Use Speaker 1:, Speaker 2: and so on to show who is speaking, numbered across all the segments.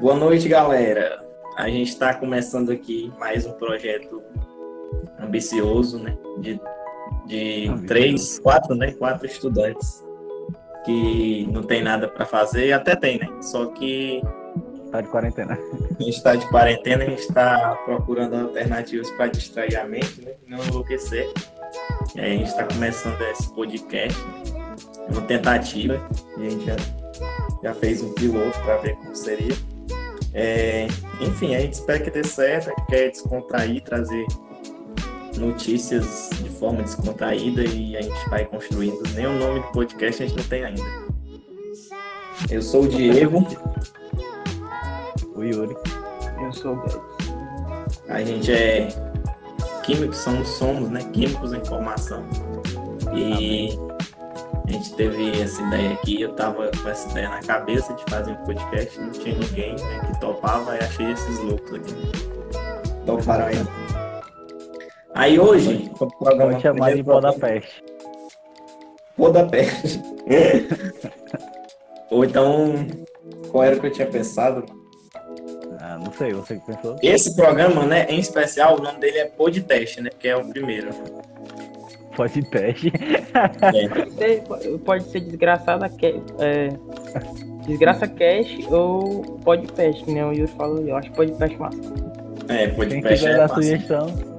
Speaker 1: Boa noite, galera. A gente está começando aqui mais um projeto ambicioso, né? De, de
Speaker 2: Ah, meu
Speaker 1: três, quatro, né? Quatro estudantes que não tem nada para fazer, até tem, né? Só que
Speaker 2: Tá de quarentena.
Speaker 1: a gente está de quarentena, a gente está procurando alternativas para distrair a mente, né? não enlouquecer. E aí a gente está começando esse podcast, né? é uma tentativa, e a gente já, já fez um piloto para ver como seria. É, enfim, a gente espera que dê certo, a gente quer descontrair, trazer notícias de forma descontraída e a gente vai construindo. Nem o nome do podcast a gente não tem ainda. Eu sou o Diego.
Speaker 2: O Yuri. Eu sou o Beto.
Speaker 1: A gente é químicos, somos, somos né? Químicos em formação. E a gente teve essa ideia aqui, eu tava com essa ideia na cabeça de fazer um podcast, não tinha ninguém né, que topava e achei esses loucos aqui. Toparam aí. Aí hoje, o programa-
Speaker 2: né? Vamos chamar de
Speaker 1: primeiro programa-
Speaker 2: Podapeste.
Speaker 1: Podapé. Ou então, qual era o que eu tinha pensado?
Speaker 2: Ah, não sei, você que pensou?
Speaker 1: Esse programa, né, em especial, o nome dele é Podtest, né? Que é o primeiro.
Speaker 2: Podcast.
Speaker 3: Você po- pode ser desgraçada que- é, desgraça cash ou podcast, né? O Yuri falou, eu acho podcast massa.
Speaker 1: É,
Speaker 2: Quem
Speaker 1: Podpest
Speaker 2: quiser
Speaker 1: é
Speaker 2: dar
Speaker 1: massa.
Speaker 2: sugestão,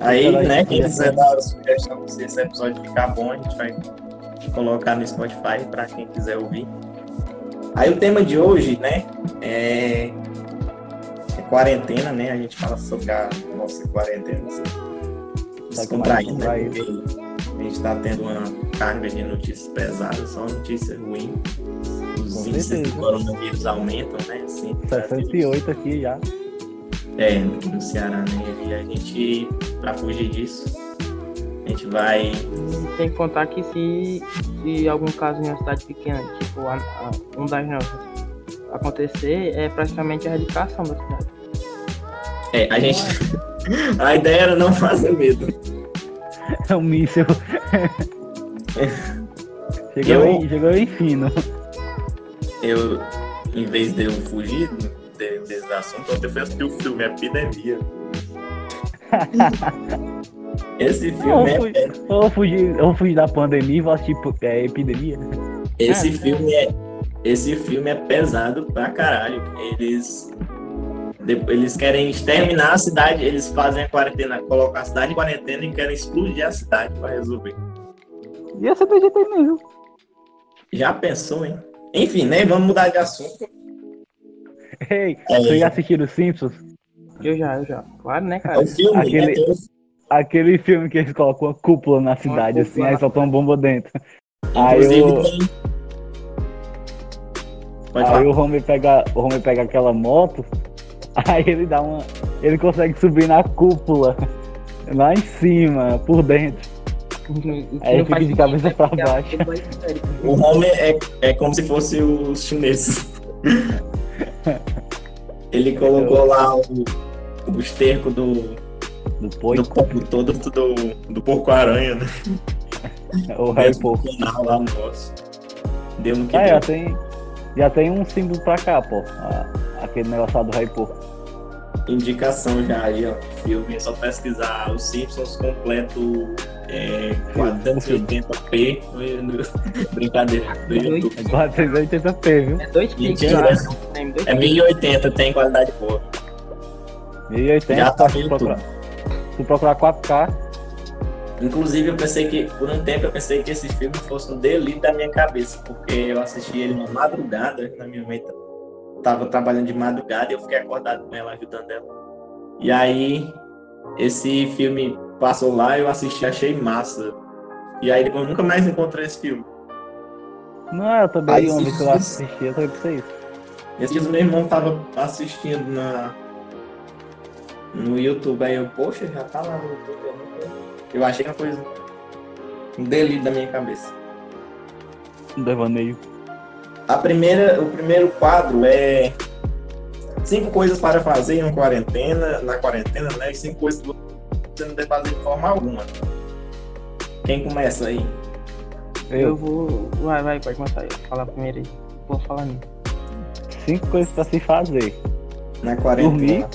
Speaker 1: Aí,
Speaker 2: Ela
Speaker 1: né,
Speaker 2: escolhe
Speaker 1: quem quiser
Speaker 2: também.
Speaker 1: dar sugestão se esse episódio ficar bom, a gente vai colocar no Spotify para quem quiser ouvir. Aí o tema de hoje, né, é, é quarentena, né? A gente fala sobre a nossa quarentena, assim,
Speaker 2: Tá
Speaker 1: descontraída,
Speaker 2: um
Speaker 1: né,
Speaker 2: descontraído.
Speaker 1: porque a gente está tendo uma carga de notícias pesadas, só notícia ruim. Os
Speaker 2: Com
Speaker 1: índices do
Speaker 2: certeza. Tá
Speaker 1: coronavírus aumentam, né? Assim,
Speaker 2: 68 aqui já.
Speaker 1: é, aqui no Ceará, né? E a gente, pra fugir disso, a gente vai.
Speaker 3: Tem que contar que se, se algum caso em uma cidade pequena, tipo a, a, um das nossas, acontecer, é praticamente a erradicação da cidade.
Speaker 1: É, a gente. a ideia era não fazer medo.
Speaker 2: É um míssil. chegou,
Speaker 1: Eu-
Speaker 2: em, chegou em fino.
Speaker 1: Eu, em vez de eu fugir de- desse assunto, ontem eu fui assistir o filme é Epidemia. Esse
Speaker 2: Eu
Speaker 1: filme
Speaker 2: vou,
Speaker 1: é.
Speaker 2: fugir, eu vou fugir- eu vou fugir da pandemia e vou assistir po- é, epidemia.
Speaker 1: Esse
Speaker 3: Ah,
Speaker 1: filme é esse filme é pesado pra caralho. Eles de- eles querem exterminar a cidade, eles fazem a quarentena, colocam a cidade em quarentena e querem explodir a cidade pra resolver.
Speaker 2: Ia ser do jeito aí mesmo.
Speaker 1: Já pensou, hein? Enfim, né? Vamos mudar de assunto.
Speaker 2: Ei,
Speaker 1: É.
Speaker 2: vocês já assistiram os Simpsons?
Speaker 3: Eu já, eu já. Claro, né,
Speaker 1: É
Speaker 3: cara?
Speaker 1: o filme, né?
Speaker 2: Aquele-
Speaker 1: Tem o-
Speaker 2: Aquele filme que eles colocam uma cúpula na cidade, assim,
Speaker 3: cúpula.
Speaker 2: aí soltam uma bomba dentro. Aí
Speaker 1: Inclusive
Speaker 2: o-
Speaker 1: tem. Pode
Speaker 2: aí
Speaker 1: falar.
Speaker 2: o Homer pega, o Homer pega aquela moto, aí ele dá uma, ele consegue subir na cúpula lá em cima, por dentro. é Aí
Speaker 3: não
Speaker 2: fica
Speaker 3: faz
Speaker 2: de cabeça
Speaker 3: sentido,
Speaker 2: pra
Speaker 3: porque
Speaker 2: baixo.
Speaker 3: é uma coisa histórica.
Speaker 1: O Homer é, é como se fosse os chineses. Ele colocou lá o, o esterco do,
Speaker 2: Do
Speaker 1: do
Speaker 2: poito,
Speaker 1: corpo todo do, do porco-aranha, né?
Speaker 2: o Harry
Speaker 1: Dentro do
Speaker 2: Potter.
Speaker 1: canal lá no nosso. Deu um no que
Speaker 2: Aí
Speaker 1: deu.
Speaker 2: já tem, já tem um símbolo pra cá, pô. a- aquele negócio lá do Harry Potter.
Speaker 1: Indicação já aí, ó. Filme, é só pesquisar os Simpsons completo é, 480p no- no- brincadeira do YouTube.
Speaker 2: É 480p, viu?
Speaker 3: É dois
Speaker 1: Mentira.
Speaker 3: cliques, já. Tem dois
Speaker 1: É 1080, tem qualidade boa.
Speaker 2: 1080.
Speaker 1: Já tá no
Speaker 2: se,
Speaker 1: YouTube.
Speaker 2: procurar, se procurar 4K,
Speaker 1: Inclusive, eu pensei que, por um tempo, eu pensei que esse filme fosse um delírio da minha cabeça, porque eu assisti ele na madrugada, na minha mãe tava trabalhando de madrugada, e eu fiquei acordado com ela, ajudando ela. E aí, esse filme passou lá, eu assisti, achei massa. E aí, depois, eu nunca mais encontrei esse filme.
Speaker 2: não é, eu
Speaker 1: Aí
Speaker 2: também uma
Speaker 1: sim.
Speaker 2: vez que eu assisti, eu falei pra vocês.
Speaker 1: Esses dias, meu irmão tava assistindo na... no YouTube, aí eu, poxa, já tá lá no YouTube. Eu, nunca- eu achei uma coisa, um delírio da minha cabeça.
Speaker 2: Um devaneio.
Speaker 1: A primeira, o primeiro quadro é cinco coisas para fazer em uma quarentena, na quarentena, né? E cinco coisas que você não deve fazer de forma alguma. Quem começa aí?
Speaker 2: Eu,
Speaker 3: Eu vou. Vai, vai, pode contar. aí. Fala primeiro aí. Vou falar nisso.
Speaker 2: cinco coisas pra se fazer.
Speaker 1: Na quarentena.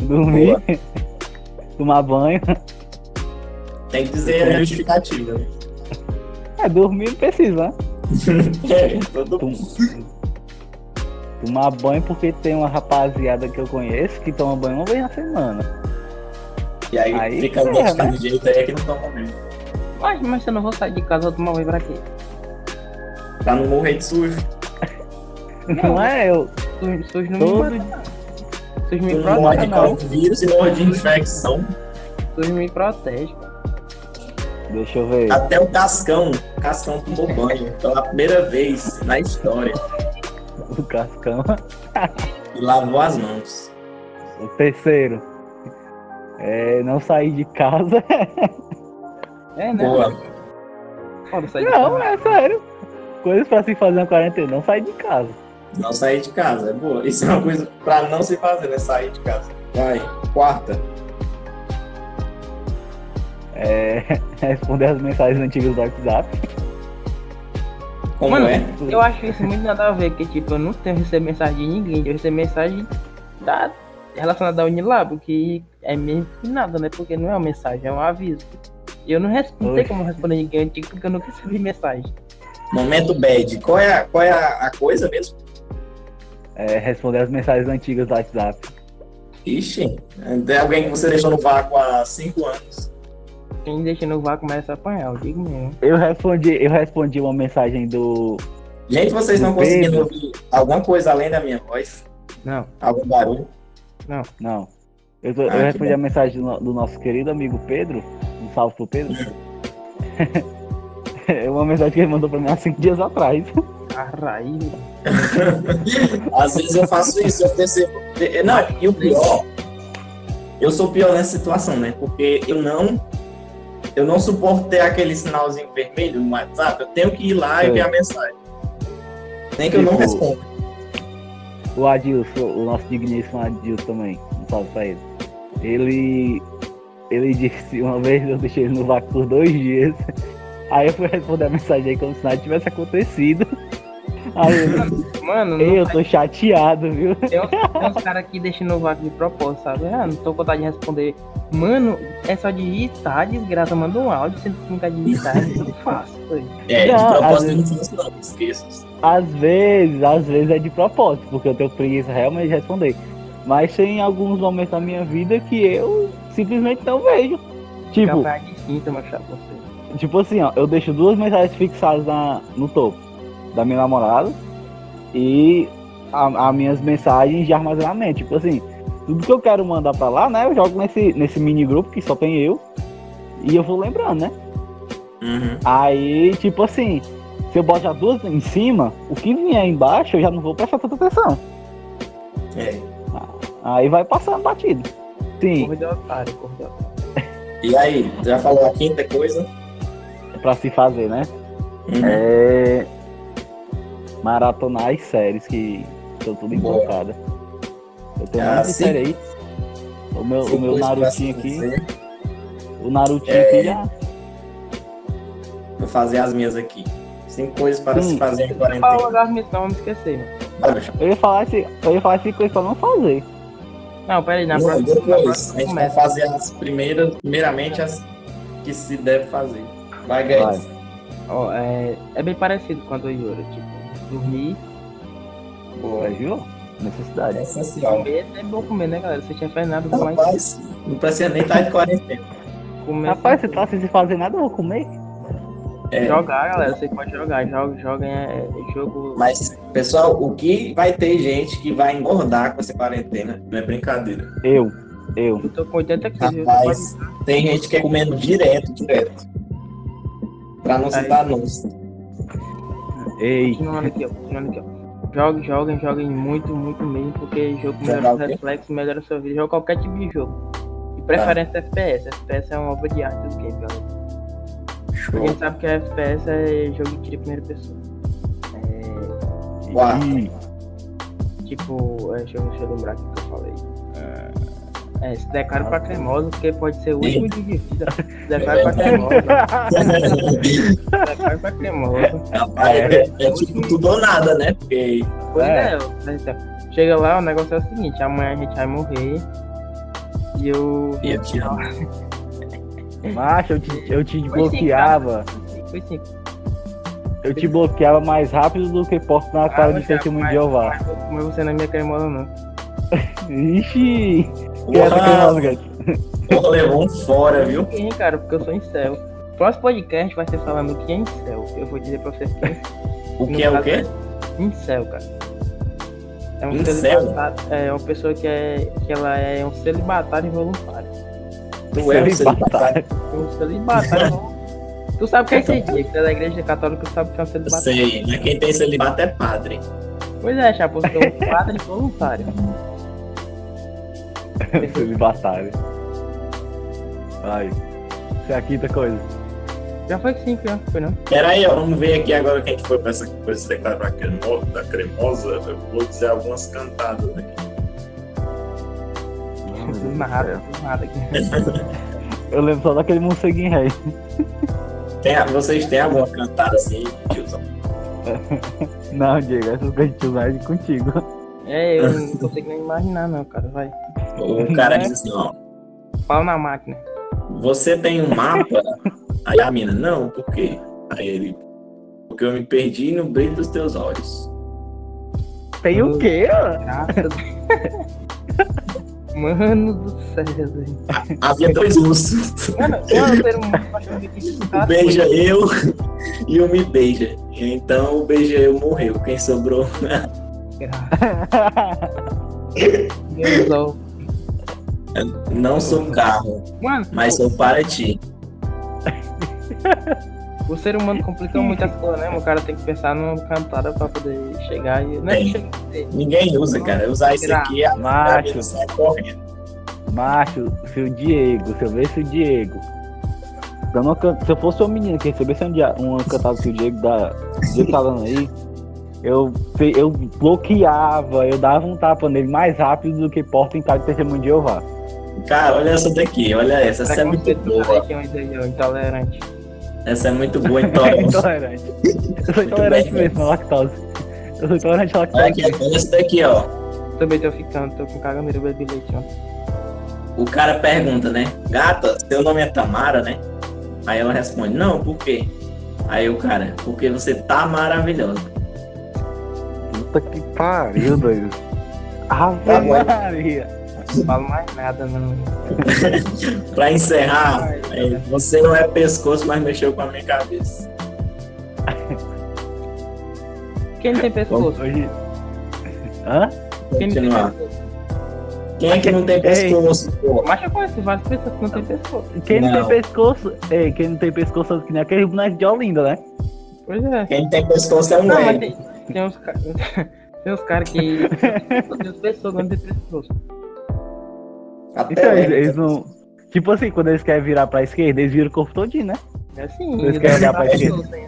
Speaker 2: Dormir. Dormir,
Speaker 1: Boa.
Speaker 2: tomar banho.
Speaker 1: Tem que dizer
Speaker 4: Dormir.
Speaker 1: a justificativa. né?
Speaker 2: É, dormir não precisa, né?
Speaker 1: É, todo
Speaker 2: Tom- Tomar banho porque tem uma rapaziada que eu conheço que toma banho uma vez na semana.
Speaker 1: E aí,
Speaker 2: Aí é, né?
Speaker 1: fica
Speaker 2: ferra,
Speaker 1: gostando do jeito aí que não toma mesmo.
Speaker 3: Mas, mas eu não vou sair de casa, eu vou tomar um banho pra quê?
Speaker 1: Pra não morrer de sujo.
Speaker 2: Não, é eu.
Speaker 3: Vocês vocês não
Speaker 2: Todo
Speaker 3: me protegem. Vocês me
Speaker 1: Não morre
Speaker 3: protegem,
Speaker 1: de
Speaker 3: não.
Speaker 1: qualquer vírus Um e morre de infecção.
Speaker 3: Vocês me protegem, cara.
Speaker 2: Deixa eu
Speaker 3: Ah.
Speaker 2: ver.
Speaker 1: Até o Cascão. O Cascão tomou banho pela primeira vez na história.
Speaker 2: O Cascão.
Speaker 1: E lavou as mãos.
Speaker 2: O terceiro. É, não sair de casa.
Speaker 3: É, né?
Speaker 1: Boa.
Speaker 3: Foda sair de
Speaker 2: Não,
Speaker 3: casa.
Speaker 2: é sério. Coisas pra se fazer na quarentena. Não sair de casa.
Speaker 1: Não sair de casa. É boa. Isso é uma coisa pra não se fazer, né? Sair de casa. Vai. Quarta.
Speaker 2: É, responder as mensagens antigas do WhatsApp.
Speaker 1: Como
Speaker 3: Mano,
Speaker 1: é?
Speaker 3: Eu acho isso muito nada a ver, porque tipo, eu não tenho recebido mensagem de ninguém, eu recebo mensagem da relacionada à Unilab, que é meio que nada, né? Porque não é uma mensagem, é um aviso. E eu não, res- não sei
Speaker 2: Oxe.
Speaker 3: como responder ninguém antigo, porque eu nunca recebi mensagem.
Speaker 1: Momento bad. Qual é a, qual é a, a coisa mesmo?
Speaker 2: É, responder as mensagens antigas do WhatsApp.
Speaker 1: Ixi. É alguém que você deixou no vácuo há cinco anos.
Speaker 3: Quem deixa no vácuo começa a apanhar, eu digo mesmo.
Speaker 2: Eu respondi, eu respondi uma mensagem do.
Speaker 1: Gente, vocês não
Speaker 2: Meu Deus.
Speaker 1: conseguindo ouvir alguma coisa além da minha voz?
Speaker 3: Não,
Speaker 1: Algum barulho?
Speaker 2: Não. Eu, tô-
Speaker 1: Ah,
Speaker 2: eu
Speaker 1: que
Speaker 2: respondi
Speaker 1: bom.
Speaker 2: a mensagem do, no- do nosso querido amigo Pedro. Um salve pro Pedro. É uma mensagem que ele mandou pra mim há cinco dias atrás.
Speaker 3: caralho.
Speaker 1: Às vezes eu faço isso, eu percebo. eh, Não, e o pior, eu sou pior nessa situação, né? Porque eu não. Eu não suporto ter aquele sinalzinho vermelho no WhatsApp. Eu tenho que ir lá e
Speaker 2: Sei.
Speaker 1: ver a mensagem. Nem que eu não
Speaker 2: Tipo,
Speaker 1: responda.
Speaker 2: O Adilson, o nosso digníssimo Adilson também. Um salve pra ele. Ele. Ele disse uma vez eu deixei ele no vácuo por dois dias. Aí eu fui responder a mensagem aí como se nada tivesse acontecido. Aí ele,
Speaker 3: Mano, não
Speaker 2: Ei, eu tô chateado, viu?
Speaker 3: Tem, uns- tem uns caras que deixam no vácuo de propósito, sabe? Ah, não tô com vontade de responder. Mano, é só digitar, desgraça, manda um áudio, sendo que não quer digitar, é tudo fácil. pô.
Speaker 1: É,
Speaker 2: Não,
Speaker 1: de
Speaker 2: às
Speaker 1: propósito eu não
Speaker 2: vezes-
Speaker 1: faço, não, esqueço.
Speaker 2: Às vezes, às vezes é de propósito, porque eu tenho preguiça realmente de responder. Mas tem alguns momentos da minha vida que eu simplesmente não vejo. Tipo,
Speaker 3: Campanha distinta, mas pra você.
Speaker 2: Tipo assim, ó, eu deixo duas mensagens fixadas na, no topo da minha namorada e a- as minhas mensagens de armazenamento. Tipo assim, tudo que eu quero mandar pra lá, né? Eu jogo nesse, nesse mini grupo que só tem eu. E eu vou lembrando, né?
Speaker 1: Uhum.
Speaker 2: Aí, tipo assim, se eu botar duas em cima, o que vier embaixo eu já não vou prestar tanta atenção.
Speaker 1: É.
Speaker 2: Aí vai passando batido. Sim,
Speaker 3: Corre de otário, corre de otário.
Speaker 1: E aí, já falou a quinta coisa?
Speaker 2: pra se fazer, né?
Speaker 1: Uhum.
Speaker 2: É. Maratonar as séries que estão tudo
Speaker 1: Boa.
Speaker 2: empolgadas. Eu tenho
Speaker 1: Ah,
Speaker 2: muita
Speaker 1: sim.
Speaker 2: série aí. O meu, o
Speaker 1: Cinco
Speaker 2: meu
Speaker 1: coisas pra
Speaker 2: Narutinho
Speaker 1: se
Speaker 2: aqui.
Speaker 1: fazer.
Speaker 2: O Narutinho
Speaker 1: É.
Speaker 2: aqui já.
Speaker 1: Vou fazer as minhas aqui. Cinco coisas para
Speaker 2: Sim.
Speaker 1: se fazer em
Speaker 3: Fala
Speaker 1: quarentena.
Speaker 3: das minhas, não, eu me esqueci. mano.
Speaker 2: Eu ia falar esse, eu ia falar esse coisa pra não fazer.
Speaker 3: Não, pera aí, na
Speaker 1: Não, é
Speaker 3: próxima. na
Speaker 1: depois.
Speaker 3: próxima
Speaker 1: A gente vai
Speaker 3: começa.
Speaker 1: fazer as primeiras, primeiramente as que se deve fazer. Vai, Guedes.
Speaker 3: Ó, é, é bem parecido com a do Yoro, tipo, dormir,
Speaker 1: Boa.
Speaker 2: Mas, viu? Necessidade.
Speaker 1: É essencial.
Speaker 3: comer, é bom comer, né, galera? Se tiver nada,
Speaker 1: Tá
Speaker 3: vou mais
Speaker 1: Rapaz, não precisa nem estar de quarentena.
Speaker 3: comer.
Speaker 2: Rapaz, você
Speaker 3: sem-
Speaker 2: tá sem se fazer nada, eu vou comer.
Speaker 1: É,
Speaker 3: Jogar, galera, você pode jogar, joga, joga é, jogo.
Speaker 1: mas, pessoal, o que vai ter gente que vai engordar com essa quarentena? Não é brincadeira.
Speaker 2: Eu, eu.
Speaker 3: Eu tô com 80 quilos, eu tô
Speaker 1: Rapaz, tem gente que é comendo direto, direto. Pra não
Speaker 3: Aí.
Speaker 1: citar nomes.
Speaker 2: Ei.
Speaker 3: Continuando aqui, ó. Continuando aqui, ó. Joguem, joguem, joguem muito, muito mesmo, porque jogo
Speaker 1: Jogar
Speaker 3: melhora
Speaker 1: o
Speaker 3: os
Speaker 1: quê?
Speaker 3: reflexos, melhora a sua vida, joga qualquer tipo de jogo. De preferência
Speaker 1: Tá.
Speaker 3: FPS, FPS é uma obra de arte do game, galera. Pra
Speaker 1: Show.
Speaker 3: quem sabe que FPS é jogo de tiro em primeira pessoa. É,
Speaker 1: Quarta.
Speaker 2: Ih,
Speaker 3: tipo, é, deixa, eu, deixa eu lembrar aqui o que eu falei. É, se declara
Speaker 1: Ah.
Speaker 3: pra cremosa, porque pode ser o
Speaker 1: Sim.
Speaker 3: último dia de vida. Se declara
Speaker 1: É.
Speaker 3: pra cremosa, se declara pra cremosa.
Speaker 1: é Rapaz, é, é tipo tudo ou nada, né? Porque
Speaker 3: Pois
Speaker 2: É.
Speaker 3: é, ó, mas então, chega lá, o negócio é o seguinte, amanhã a gente vai morrer. E eu.
Speaker 1: E eu te amo.
Speaker 2: Macho, eu te, eu te
Speaker 3: Foi cinco,
Speaker 2: bloqueava.
Speaker 3: cara. Foi cinco.
Speaker 2: Eu te bloqueava mais rápido do que porta na
Speaker 3: Ah,
Speaker 2: cara de testemunho de Jeová.
Speaker 3: Mas você não é minha cremosa, não.
Speaker 2: Ixi! Que essa que nós,
Speaker 1: Porra,
Speaker 2: gato.
Speaker 1: porra, levou um fora, viu?
Speaker 3: Quem, cara? Porque eu sou em céu. Próximo podcast vai ser falando o que é em céu. Eu vou dizer pra vocês que é
Speaker 1: O que é o quê?
Speaker 3: em céu, cara. É um
Speaker 1: Incel?
Speaker 3: celibatário. É uma pessoa que, é, que ela é um celibatário involuntário.
Speaker 1: Tu é o celibatário.
Speaker 3: Um celibatário involuntário. Tu sabe o que é esse dia? Que tu é da igreja católica, tu sabe o que é um
Speaker 1: Eu
Speaker 3: celibatário.
Speaker 1: sei, mas quem tem celibato é padre.
Speaker 3: Pois é, Chapo, você é um padre voluntário.
Speaker 2: Celibatário. Vai. Isso é a quinta coisa.
Speaker 3: Já foi cinco, já foi não?
Speaker 1: Peraí, ó, vamos ver aqui agora que a gente foi pra essa coisa que tá pra cremo- da cremosa. Eu vou dizer algumas cantadas aqui.
Speaker 3: Nada, nada aqui.
Speaker 2: Eu lembro só daquele morceguinho rei.
Speaker 1: Tem, vocês têm alguma cantada assim, tiozão?
Speaker 2: Não, Diego, essas coisas de tiozão é de contigo.
Speaker 3: É, eu não consigo nem imaginar, não, cara. Vai.
Speaker 1: O cara diz assim, ó.
Speaker 3: Pau na máquina.
Speaker 1: Você tem um mapa? Aí a mina, não, por quê? Aí ele, porque eu me perdi no brilho dos teus olhos.
Speaker 2: Tem
Speaker 3: o
Speaker 2: quê?
Speaker 3: Graças a- Mano do céu, velho.
Speaker 1: Havia dois ursos.
Speaker 3: Mano, mano, ser humano acho que
Speaker 1: O beija eu e o me beija. Então o beija eu morreu. Quem sobrou?
Speaker 3: Graças. tá? Deus, ó.
Speaker 1: Não sou um carro,
Speaker 3: Mano,
Speaker 1: mas sou para ti.
Speaker 3: o ser humano complica muito as coisas, né? mano? O cara tem que pensar numa cantada pra poder chegar e. Não é que chega a ter.
Speaker 1: Ninguém usa, cara. Usar isso aqui é a a
Speaker 2: Macho,
Speaker 1: mina sai correndo.
Speaker 2: macho, se o Diego, se eu ver se o Diego. dando uma can- Se eu fosse uma menina que recebesse um dia- uma cantada que o Diego dá, o Diego falando aí, eu, fe- eu bloqueava, eu dava um tapa nele mais rápido do que porta em casa de testemunho de Jeová.
Speaker 1: Cara, olha essa daqui, olha essa. Essa é muito
Speaker 3: Preconceito do cara
Speaker 1: boa.
Speaker 3: que é um entendeu, intolerante.
Speaker 1: Essa é muito boa, então.
Speaker 2: É intolerante. Eu sou intolerante mesmo na lactose. Eu sou intolerante à
Speaker 1: Olha
Speaker 2: lactose.
Speaker 1: aqui, olha essa daqui, ó.
Speaker 3: Também tô ficando, tô com cagameira, bebi leite, ó.
Speaker 1: O cara pergunta, né? Gata, seu nome é Tamara, né? Aí ela responde, não, por quê? Aí o cara, porque você tá maravilhosa.
Speaker 2: Puta que pariu, doido. Ave
Speaker 1: Tá bom.
Speaker 2: Maria.
Speaker 3: Não falo mais nada, não.
Speaker 1: Pra encerrar, aí, você não é pescoço, mas mexeu com a minha cabeça.
Speaker 3: Quem não tem pescoço?
Speaker 2: Hoje... Hã?
Speaker 3: Quem não é? tem
Speaker 1: Continuar.
Speaker 3: pescoço?
Speaker 1: Quem é que não tem pescoço, pô?
Speaker 3: Mas eu conheço várias pessoas que não tem pescoço.
Speaker 2: Quem não,
Speaker 1: Não.
Speaker 2: tem pescoço... Ei, quem não tem pescoço que nem aquele boneco de Olinda, né?
Speaker 3: Pois é.
Speaker 1: Quem tem pescoço é um
Speaker 3: Não, mas
Speaker 1: ego.
Speaker 3: tem, tem uns caras. tem uns caras que. tem uns pessoas que não tem pescoço.
Speaker 2: Então,
Speaker 1: Até tá?
Speaker 2: eles,
Speaker 1: ego.
Speaker 2: eles não... Tipo assim, quando eles querem virar pra esquerda, eles viram o corpo todinho, né?
Speaker 3: É assim.
Speaker 2: Vocês querem olhar pra
Speaker 3: pessoas,
Speaker 1: É, o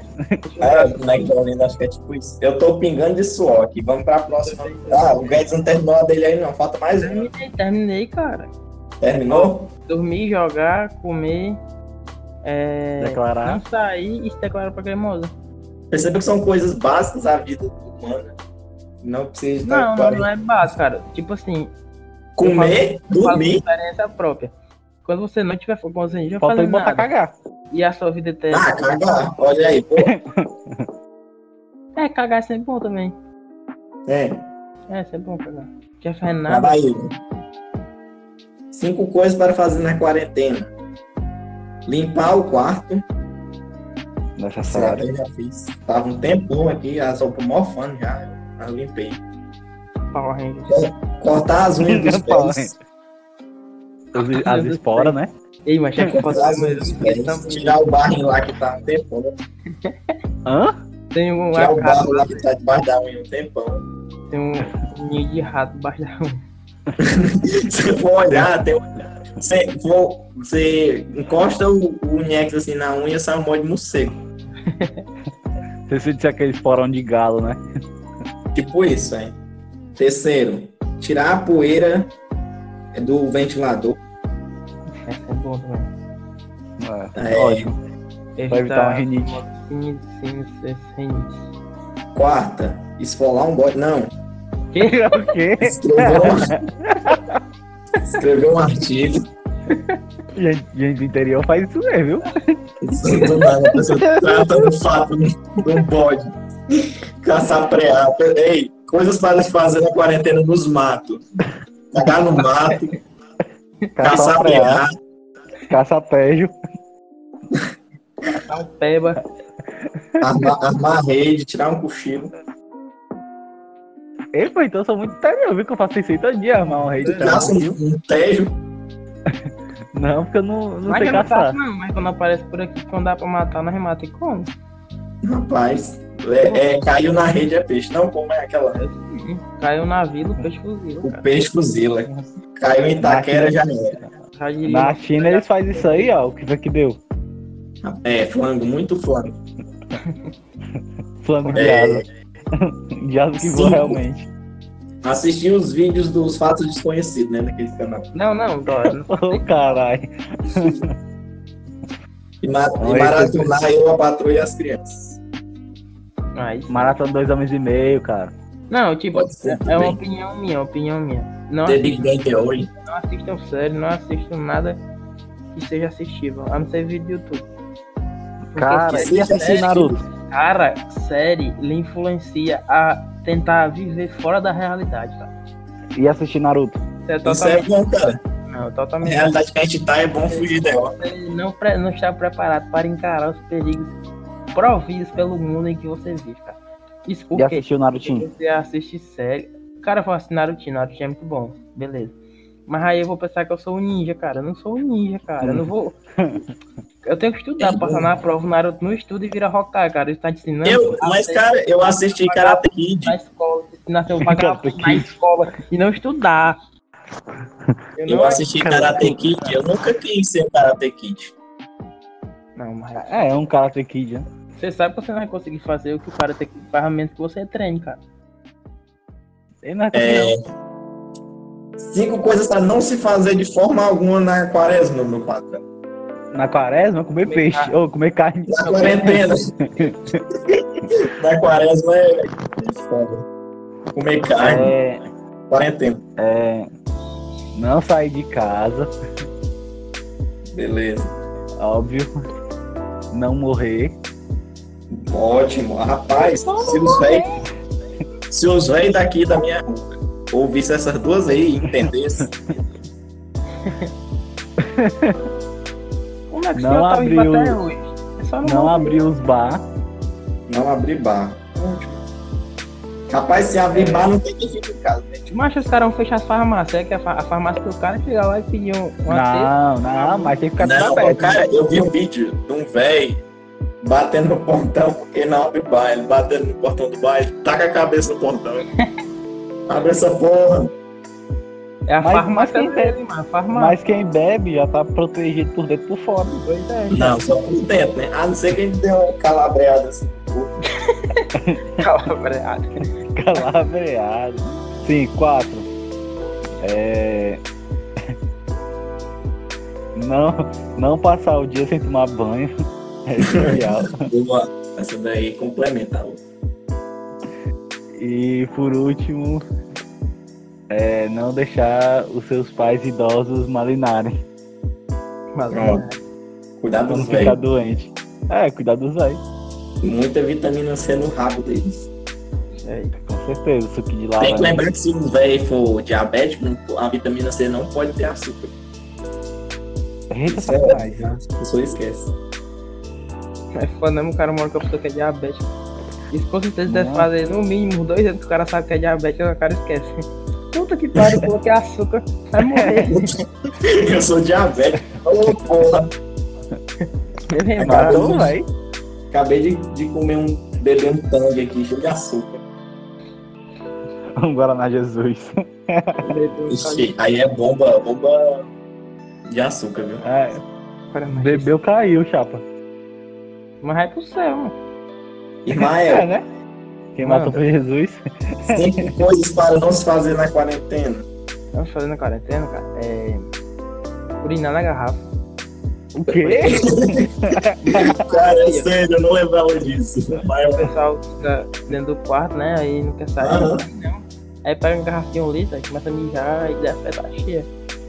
Speaker 3: hein?
Speaker 1: boneco de Olinda, acho que é tipo isso. Eu tô pingando de suor aqui, vamos pra próxima. Ah, o Guedes não terminou a dele aí não, falta mais um.
Speaker 3: Terminei, terminei, cara.
Speaker 1: Terminou?
Speaker 3: Dormir, jogar, comer. É.
Speaker 2: Declarar.
Speaker 3: Não sair e se declarar pra cremosa.
Speaker 1: Percebeu que são coisas básicas da vida humana. Não precisa de
Speaker 3: Não, não,
Speaker 1: tanto-
Speaker 3: não é básico, cara. Tipo assim,
Speaker 1: comer,
Speaker 3: eu falo de
Speaker 1: dormir.
Speaker 3: experiência própria. Quando você não tiver fome, quando você já
Speaker 2: Falta
Speaker 3: fazer
Speaker 2: ele botar
Speaker 3: nada,
Speaker 2: cagar.
Speaker 3: e a sua vida ter.
Speaker 1: Ah, cagar. Olha aí, pô.
Speaker 2: Ah.
Speaker 3: É, cagar é sempre bom também.
Speaker 1: É,
Speaker 3: É, isso é bom, cara. Quer fazer nada?
Speaker 1: trabalho. Cinco coisas para fazer na quarentena. Limpar o quarto. Será que
Speaker 2: Necessário.
Speaker 1: eu já fiz? Tava um tempão aqui, a sopa morfando já. Aí eu limpei.
Speaker 3: Power Rangers.
Speaker 1: Cortar as unhas dos
Speaker 2: Paulo, hein?
Speaker 1: pés. Ah,
Speaker 2: As, as esporas, né?
Speaker 3: Ei, mas é chefe, posso
Speaker 1: Cortar as
Speaker 3: fazer
Speaker 1: unhas dos pés.
Speaker 3: também.
Speaker 1: Tirar o barro lá que tá um tempão.
Speaker 2: Hã?
Speaker 3: Tem um
Speaker 1: Tirar o barro
Speaker 3: rato lá,
Speaker 1: lá que tá debaixo da unha um tempão.
Speaker 3: tem um ninho de rato embaixo da unha.
Speaker 1: Você for olhar, tem um. Você, for- você encosta o, o Nex assim na unha, sai um monte de morcego.
Speaker 2: Se você disser aquele esporão de galo, né?
Speaker 1: Tipo isso, hein? Terceiro, tirar a poeira do ventilador.
Speaker 3: Essa é bom também.
Speaker 2: É,
Speaker 1: É.
Speaker 2: Ótimo. Vai evitar uma rinite.
Speaker 3: Sim, sim, sim, sim.
Speaker 1: Quarta, esfolar um bode. Não,
Speaker 3: Que é o quê?
Speaker 1: escrever um, escrever um artigo.
Speaker 2: Gente, gente do interior faz isso mesmo, viu?
Speaker 1: Isso do nada, a pessoa trata do fato de um bode. Caçar preá. Ei, coisas para se fazer na quarentena nos matos. Cagar no mato, caçar
Speaker 2: preá,
Speaker 1: preá.
Speaker 2: caça tejo.
Speaker 3: Dá um peba.
Speaker 1: armar, armar a rede, tirar um cochilo.
Speaker 2: Ei, pô, então eu sou muito interior, viu? Que eu faço isso aí todo dia, armar um rei de terra.
Speaker 1: Caça um, um tejo.
Speaker 2: Não, porque eu não, não
Speaker 3: Mas
Speaker 2: sei
Speaker 3: eu não
Speaker 2: caçar.
Speaker 3: faço, não. Mas quando aparece por aqui, quando dá pra matar, nós mata e come.
Speaker 1: Rapaz, é, é, caiu na rede é peixe. Não, como é aquela?
Speaker 3: Hum, Caiu na vila, o peixe fuzil,
Speaker 1: O
Speaker 3: cara.
Speaker 1: peixe fuzila. Caiu em Itaquera já era.
Speaker 3: Cai Tá de
Speaker 2: Na
Speaker 3: lima.
Speaker 2: China eles fazem isso aí, ó. O que foi que deu?
Speaker 1: É, flango, muito flango.
Speaker 2: Flango de
Speaker 1: É.
Speaker 2: asa. De asa que voa
Speaker 1: Cinco.
Speaker 2: realmente.
Speaker 1: Assisti os vídeos dos fatos desconhecidos, né, naquele canal.
Speaker 3: Não, não, Dora. não.
Speaker 2: Ô, caralho.
Speaker 1: E, ma
Speaker 2: Olha
Speaker 1: e maratonar eu, a patroa e as crianças.
Speaker 3: Mas...
Speaker 2: Maratona dois homens e meio, cara.
Speaker 3: Não, tipo,
Speaker 1: Pode ser
Speaker 3: é uma
Speaker 1: também.
Speaker 3: opinião minha, opinião minha. Não,
Speaker 1: The Big Bang Theory.
Speaker 3: não assistam série, não assistam nada que seja assistível, a não ser vídeo do YouTube. Porque
Speaker 2: Cara,
Speaker 3: se-
Speaker 2: e assistir
Speaker 1: sério?
Speaker 2: Naruto?
Speaker 3: cara, série lhe influencia a tentar viver fora da realidade, cara.
Speaker 2: E assistir Naruto?
Speaker 3: Isso é
Speaker 1: Isso é
Speaker 3: totalmente.
Speaker 1: bom, cara.
Speaker 3: Não,
Speaker 1: A
Speaker 3: totalmente.
Speaker 1: realidade que a gente tá é bom fugir dela.
Speaker 3: Você não, pre- não está preparado para encarar os perigos providos pelo mundo em que você vive, cara.
Speaker 2: E
Speaker 3: Isso
Speaker 2: assim,
Speaker 3: porque
Speaker 2: assistir o Narutinho?
Speaker 3: você assiste série. Cara, eu falo assim, Naruto, Naruto é muito bom, beleza. Mas aí eu vou pensar que eu sou um ninja, cara. Eu não sou um ninja, cara. Eu não vou. Eu tenho que estudar,
Speaker 1: É
Speaker 3: passar
Speaker 1: bom.
Speaker 3: na prova, o Naruto não estuda e vira Hokage, cara. Ele tá te ensinando.
Speaker 1: Eu,
Speaker 3: a
Speaker 1: mas,
Speaker 3: ser
Speaker 1: cara, eu assisti Karate Kid.
Speaker 3: na escola, te ensinar a ser um
Speaker 2: Cara,
Speaker 3: vagabundo na
Speaker 2: que-
Speaker 3: escola e não estudar. Eu
Speaker 1: Eu assisti Karate Kid. Eu nunca quis ser um Karate Kid.
Speaker 3: Não, mas
Speaker 2: É, é um Karate Kid, né?
Speaker 3: você sabe que você não vai conseguir fazer o que o cara tem que ferramenta que você treine, cara.
Speaker 2: Ele não é
Speaker 1: É, Cinco coisas para não se fazer de forma alguma na quaresma, meu patrão.
Speaker 2: Na quaresma, é comer
Speaker 3: Comer
Speaker 2: peixe. Ou comer carne.
Speaker 1: Na quarentena. na quaresma é, é foda. Comer carne,
Speaker 2: É,
Speaker 1: quarentena.
Speaker 2: é, não sair de casa,
Speaker 1: Beleza.
Speaker 2: óbvio. Não morrer.
Speaker 1: Ótimo. Rapaz, se os velhos se os véi daqui da minha rua ouvissem essas duas aí e entendessem,
Speaker 3: Como é que
Speaker 2: Não
Speaker 3: o senhor tá vivo
Speaker 2: abriu-
Speaker 3: até hoje? É só não
Speaker 2: Não
Speaker 3: morrer.
Speaker 2: abrir os bar.
Speaker 1: não abrir bar. Capaz, se abrir bar, não tem que ficar em casa. né?
Speaker 3: Mas os caras vão fechar as farmácias, é que a, fa- a farmácia do cara chegar lá e pedir um, uma
Speaker 2: Não, não, mas tem que ficar tudo
Speaker 1: Não,
Speaker 2: aberto.
Speaker 3: né?
Speaker 1: cara, eu vi um vídeo de um velho batendo no portão porque não abre baile. Batendo no portão do baile, taca a cabeça no portão. abre essa porra.
Speaker 3: É a
Speaker 2: Mas-
Speaker 3: farmácia
Speaker 2: mas quem
Speaker 3: dele, mano. A farmácia.
Speaker 2: Mas quem bebe já tá protegido por dentro e por fora.
Speaker 3: Pois é,
Speaker 1: Não, só por dentro, né? A não ser que ele deu uma calabreada assim.
Speaker 3: calabreado.
Speaker 2: Calabreado. Sim, quatro. É. Não, não passar o dia sem tomar banho. É essencial.
Speaker 1: Boa. Essa daí complementa. a outra.
Speaker 2: E por último, é, não deixar os seus pais idosos malinarem.
Speaker 1: Pronto. Cuidado
Speaker 2: Pra
Speaker 1: dos
Speaker 2: não ficar
Speaker 1: velhos.
Speaker 2: doente. É, cuidar dos velhos.
Speaker 1: Muita vitamina C no rabo deles.
Speaker 2: É, Com certeza, suco de lava.
Speaker 1: Tem que lembrar que se um velho for diabético, a vitamina C não pode ter açúcar.
Speaker 2: Eita,
Speaker 1: Isso é
Speaker 2: sacanagem. né?
Speaker 1: As pessoas esquecem.
Speaker 3: É foda mesmo, o cara mora com a pessoa que é diabética. Isso com certeza deve
Speaker 2: Não.
Speaker 3: fazer no mínimo uns dois anos que o cara sabe que é diabético, o cara esquece. Puta que pariu, coloquei açúcar, vai morrer.
Speaker 1: Eu sou diabético. Ô, porra.
Speaker 3: Eu
Speaker 2: É
Speaker 3: lembro.
Speaker 1: Cara,
Speaker 2: Matou, véi.
Speaker 1: Acabei de, de comer um, beber um tangue aqui, cheio de açúcar.
Speaker 2: Um Guaraná Jesus.
Speaker 1: Ixi, aí é bomba, bomba de açúcar, viu?
Speaker 2: É,
Speaker 3: Cara, mas-
Speaker 2: bebeu, caiu, chapa.
Speaker 3: Mas vai pro céu, mano.
Speaker 2: É,
Speaker 1: Ismael,
Speaker 2: né? Ah. Quem
Speaker 3: Manda.
Speaker 2: matou foi Jesus.
Speaker 1: cinco coisas para não se fazer na quarentena.
Speaker 3: Estamos fazendo a quarentena, cara. É. Urinar na garrafa.
Speaker 2: O quê?
Speaker 1: Cara, é sério, eu não lembrava disso. Mas,
Speaker 3: O pessoal fica dentro do quarto, né? Aí não quer sair.
Speaker 1: Aham.
Speaker 3: Não. Aí pega um garrafinho litro, aí começa a mijar, aí desce a cheia.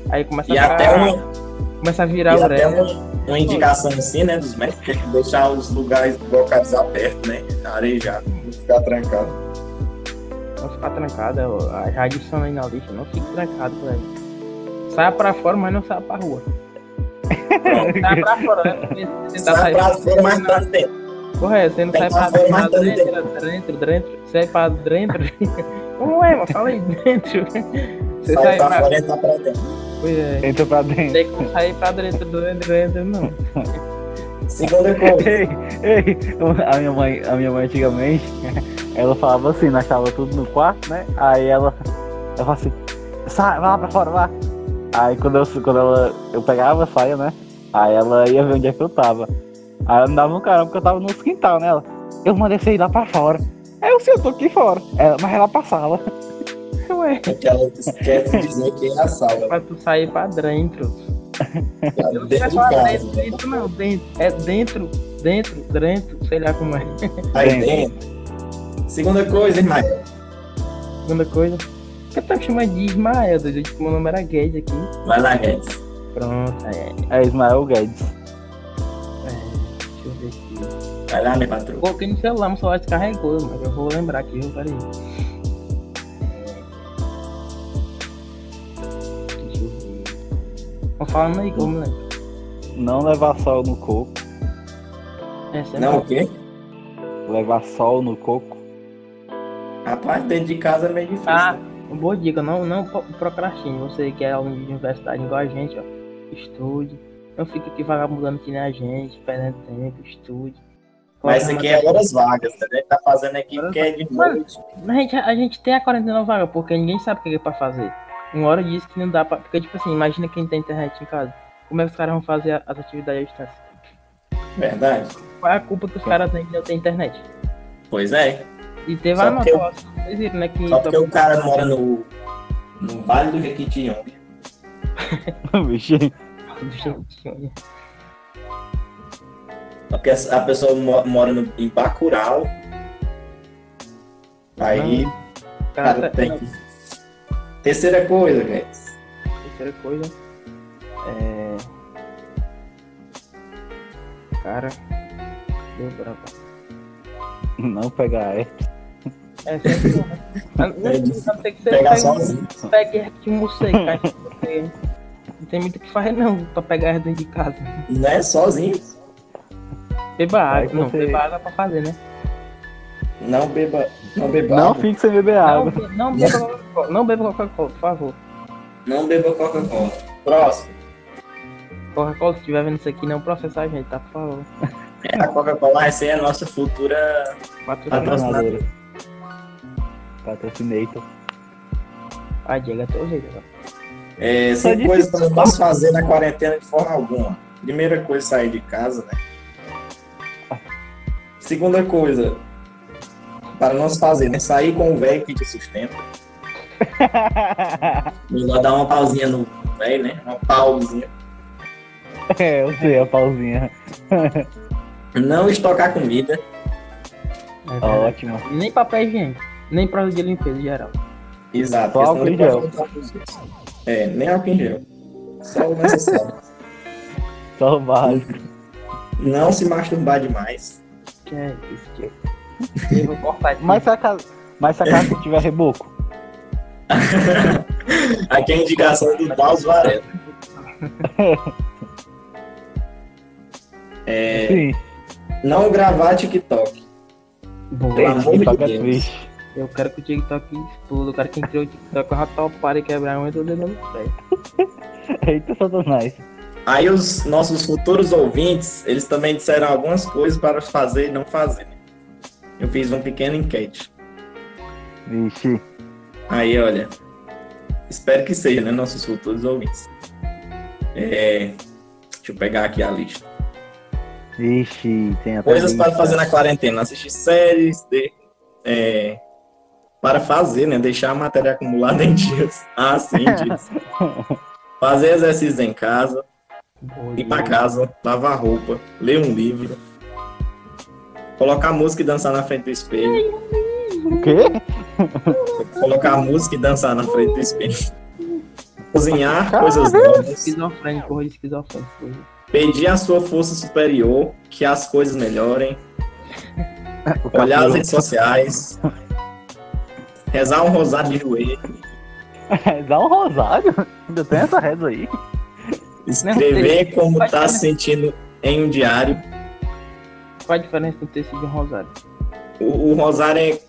Speaker 3: Aí começa
Speaker 1: e
Speaker 3: a,
Speaker 1: até
Speaker 3: virar-
Speaker 1: uma,
Speaker 3: começa a
Speaker 1: e
Speaker 3: virar o
Speaker 1: até uma, uma indicação assim, né, dos médicos, tem que deixar os lugares locais abertos, né? Arejado, não ficar trancado.
Speaker 3: Não ficar trancado, eu- a- já adiciona aí na lista, não fique trancado por aí. Saia pra fora, mas não saia pra rua.
Speaker 1: Pronto.
Speaker 3: Saia pra fora, né? Tenta
Speaker 1: Sai
Speaker 3: sair né?
Speaker 1: pra fora, mas tá dentro.
Speaker 3: Correto, é, você não
Speaker 1: Tem
Speaker 3: sai
Speaker 1: que
Speaker 3: pra
Speaker 1: fazer
Speaker 3: dentro,
Speaker 1: mais
Speaker 3: pra
Speaker 1: também.
Speaker 3: dentro, dentro, dentro, sai pra dentro. Como é, mano? Fala aí, dentro. Você
Speaker 1: Sai
Speaker 3: sai
Speaker 1: pra
Speaker 3: pra...
Speaker 1: fora e tá pra dentro.
Speaker 3: Pois é.
Speaker 2: Entra pra dentro.
Speaker 3: Tem como sair pra dentro, dentro, dentro, não.
Speaker 1: Segunda coisa.
Speaker 2: Ei, ei, a minha mãe, a minha mãe antigamente, ela falava assim, nós tava tudo no quarto, né? Aí ela, ela falava assim, sai, vai lá pra fora, vai. Aí quando eu, quando ela, eu pegava a saia, né? Aí ela ia ver onde é que eu tava. Aí ela me dava um caramba porque eu tava no quintal, né? Ela, eu mandei você ir lá pra fora. Aí eu sei, eu tô aqui fora. Ela, mas é lá pra sala.
Speaker 3: Ué,
Speaker 1: Aquela que esquece de dizer que é a sala.
Speaker 3: pra tu sair pra dentro.
Speaker 1: Tá
Speaker 3: Eu não
Speaker 1: dentro
Speaker 3: sei
Speaker 1: de
Speaker 3: falar
Speaker 1: casa.
Speaker 3: dentro, dentro, não, dentro. É dentro, dentro, dentro, sei lá como é.
Speaker 1: Aí
Speaker 2: Dentro.
Speaker 1: dentro. Segunda coisa, Ismael.
Speaker 3: Segunda coisa. Por que tu tá me chamando de Ismael, doido? Tipo, meu nome era Guedes aqui.
Speaker 1: Vai lá, Guedes.
Speaker 3: Pronto, aí, é,
Speaker 2: É Ismael Guedes.
Speaker 3: deixa eu ver aqui.
Speaker 1: Vai lá, minha patroa.
Speaker 3: Coloquei no celular, meu celular descarregou, mas eu vou lembrar aqui, viu? Peraí. Deixa eu ver. Vou falando aí como, né?
Speaker 2: Não levar sol no coco.
Speaker 3: Essa é
Speaker 1: Não,
Speaker 3: a-
Speaker 1: o quê?
Speaker 2: Levar sol no coco.
Speaker 1: Rapaz, dentro de casa é meio difícil.
Speaker 3: Ah,
Speaker 1: né?
Speaker 3: uma boa dica, não, não pro- procrastine. Você que é aluno de universidade igual a gente, ó. Estude. Não fica aqui vagabundando que nem a gente, perdendo tempo, estude.
Speaker 1: Mas isso
Speaker 3: Coloca
Speaker 1: aqui
Speaker 3: uma-
Speaker 1: é horas vagas, tá? Deve tá fazendo aqui porque é de
Speaker 3: Mano.
Speaker 1: noite.
Speaker 3: Mas A gente, a gente tem a quarentena vaga, porque ninguém sabe o que é pra fazer. Uma hora diz que não dá pra. Porque, tipo assim, imagina quem tem internet em casa. Como é que os caras vão fazer a- as atividades à distância?
Speaker 1: Verdade.
Speaker 3: Qual é a culpa que os caras têm de não ter internet?
Speaker 1: Pois é.
Speaker 3: E teve
Speaker 1: Só
Speaker 3: a
Speaker 1: porque eu-
Speaker 3: nota, vocês viram, né? Que
Speaker 1: Só porque o cara mora no, no Vale do Jequitinhonha.
Speaker 2: Vixe.
Speaker 3: né?
Speaker 1: Só porque a pessoa mo- mora no, em Bacurau. Aí,
Speaker 3: O cara
Speaker 1: cara,
Speaker 3: tá-
Speaker 1: tem que... Terceira coisa, Guedes.
Speaker 3: Terceira coisa. É. Cara. Deu brava.
Speaker 2: Não pegar é.
Speaker 3: É, sempre bom, né? A-
Speaker 1: difícil
Speaker 3: Não tem que ser.
Speaker 1: Pegar
Speaker 3: pega-
Speaker 1: sozinho.
Speaker 3: Pega erro de morcego, cara. Porque Não tem muito o que fazer, não, pra pegar erro dentro de casa.
Speaker 1: Não é sozinho.
Speaker 3: Beba água,
Speaker 2: que
Speaker 3: não,
Speaker 2: você-
Speaker 3: beba água pra fazer, né?
Speaker 1: Não beba. Não beba
Speaker 2: Não
Speaker 1: água.
Speaker 2: fique sem beber
Speaker 3: Não,
Speaker 2: água.
Speaker 3: be- não beba Coca-Cola, não beba Coca-Cola, por favor.
Speaker 1: Não beba Coca-Cola. Próximo.
Speaker 3: Coca-Cola, se estiver vendo isso aqui, não processar a gente, tá? Por favor.
Speaker 1: É, A Coca-Cola vai ser a nossa futura.
Speaker 3: Patrocinar.
Speaker 2: Patrocinadora. Patrocinator.
Speaker 3: Ah, Diego, é teu jeito agora.
Speaker 1: É,
Speaker 2: Tá
Speaker 1: sem
Speaker 2: difícil.
Speaker 1: coisas para nós fazer na quarentena de forma alguma. Primeira coisa, sair de casa, né? Segunda coisa, para não se fazer, né? Sair com o velho que te sustenta. Melhor dar uma pausinha no velho, né? Uma pausinha.
Speaker 2: é, eu sei, a pausinha.
Speaker 1: Não estocar comida.
Speaker 3: É
Speaker 2: Ó,
Speaker 3: verdade.
Speaker 2: Tá Ótima.
Speaker 3: Nem papel higiênico, nem produto de limpeza geral.
Speaker 1: Exato.
Speaker 2: Só
Speaker 1: porque senão
Speaker 2: álcool
Speaker 1: ele pode faltar pros outros. É, nem álcool em gel. Só o necessário.
Speaker 2: Só o básico.
Speaker 1: não se masturbar demais.
Speaker 3: Que é isso, Diego. Eu vou cortar aqui.
Speaker 2: Mas se a casa, mas se a casa tiver reboco,
Speaker 1: Aqui é a indicação do Daus Varela. É,
Speaker 2: sim.
Speaker 1: não gravar TikTok.
Speaker 3: Boa.
Speaker 1: pelo
Speaker 2: Esse
Speaker 1: amor de
Speaker 2: TikTok é
Speaker 1: Deus.
Speaker 2: triste.
Speaker 3: Eu quero que o TikTok exploda. Eu quero que criou o TikTok, eu já topar e quebrar um e tô dando pé.
Speaker 2: Eita, Satanás.
Speaker 1: Aí os nossos futuros ouvintes, eles também disseram algumas coisas para fazer e não fazer. né? Eu fiz uma pequena enquete.
Speaker 2: Vixe.
Speaker 1: Aí, olha, espero que seja, né, nossos futuros ouvintes. É, deixa eu pegar aqui a lista.
Speaker 2: Vixe, tem até.
Speaker 1: Coisas para
Speaker 2: lista.
Speaker 1: fazer na quarentena, assistir séries, de- é, para fazer, né, deixar a matéria acumulada em dias. Ah, sim, dias. Fazer exercícios em casa, limpar a casa, lavar a roupa, ler um livro, colocar música e dançar na frente do espelho,
Speaker 2: O quê?
Speaker 1: colocar música e dançar na frente do espelho, cozinhar coisas novas,
Speaker 3: Esquizofrênico, horror de esquizofrênico.
Speaker 1: pedir à sua força superior que as coisas melhorem, olhar as redes sociais, rezar um rosário de joelho,
Speaker 2: Dá um rosário? Ainda tem essa reza aí?
Speaker 1: escrever como tá se sentindo em um diário,
Speaker 3: Qual a diferença do tecido de um rosário?
Speaker 1: O, o Rosário é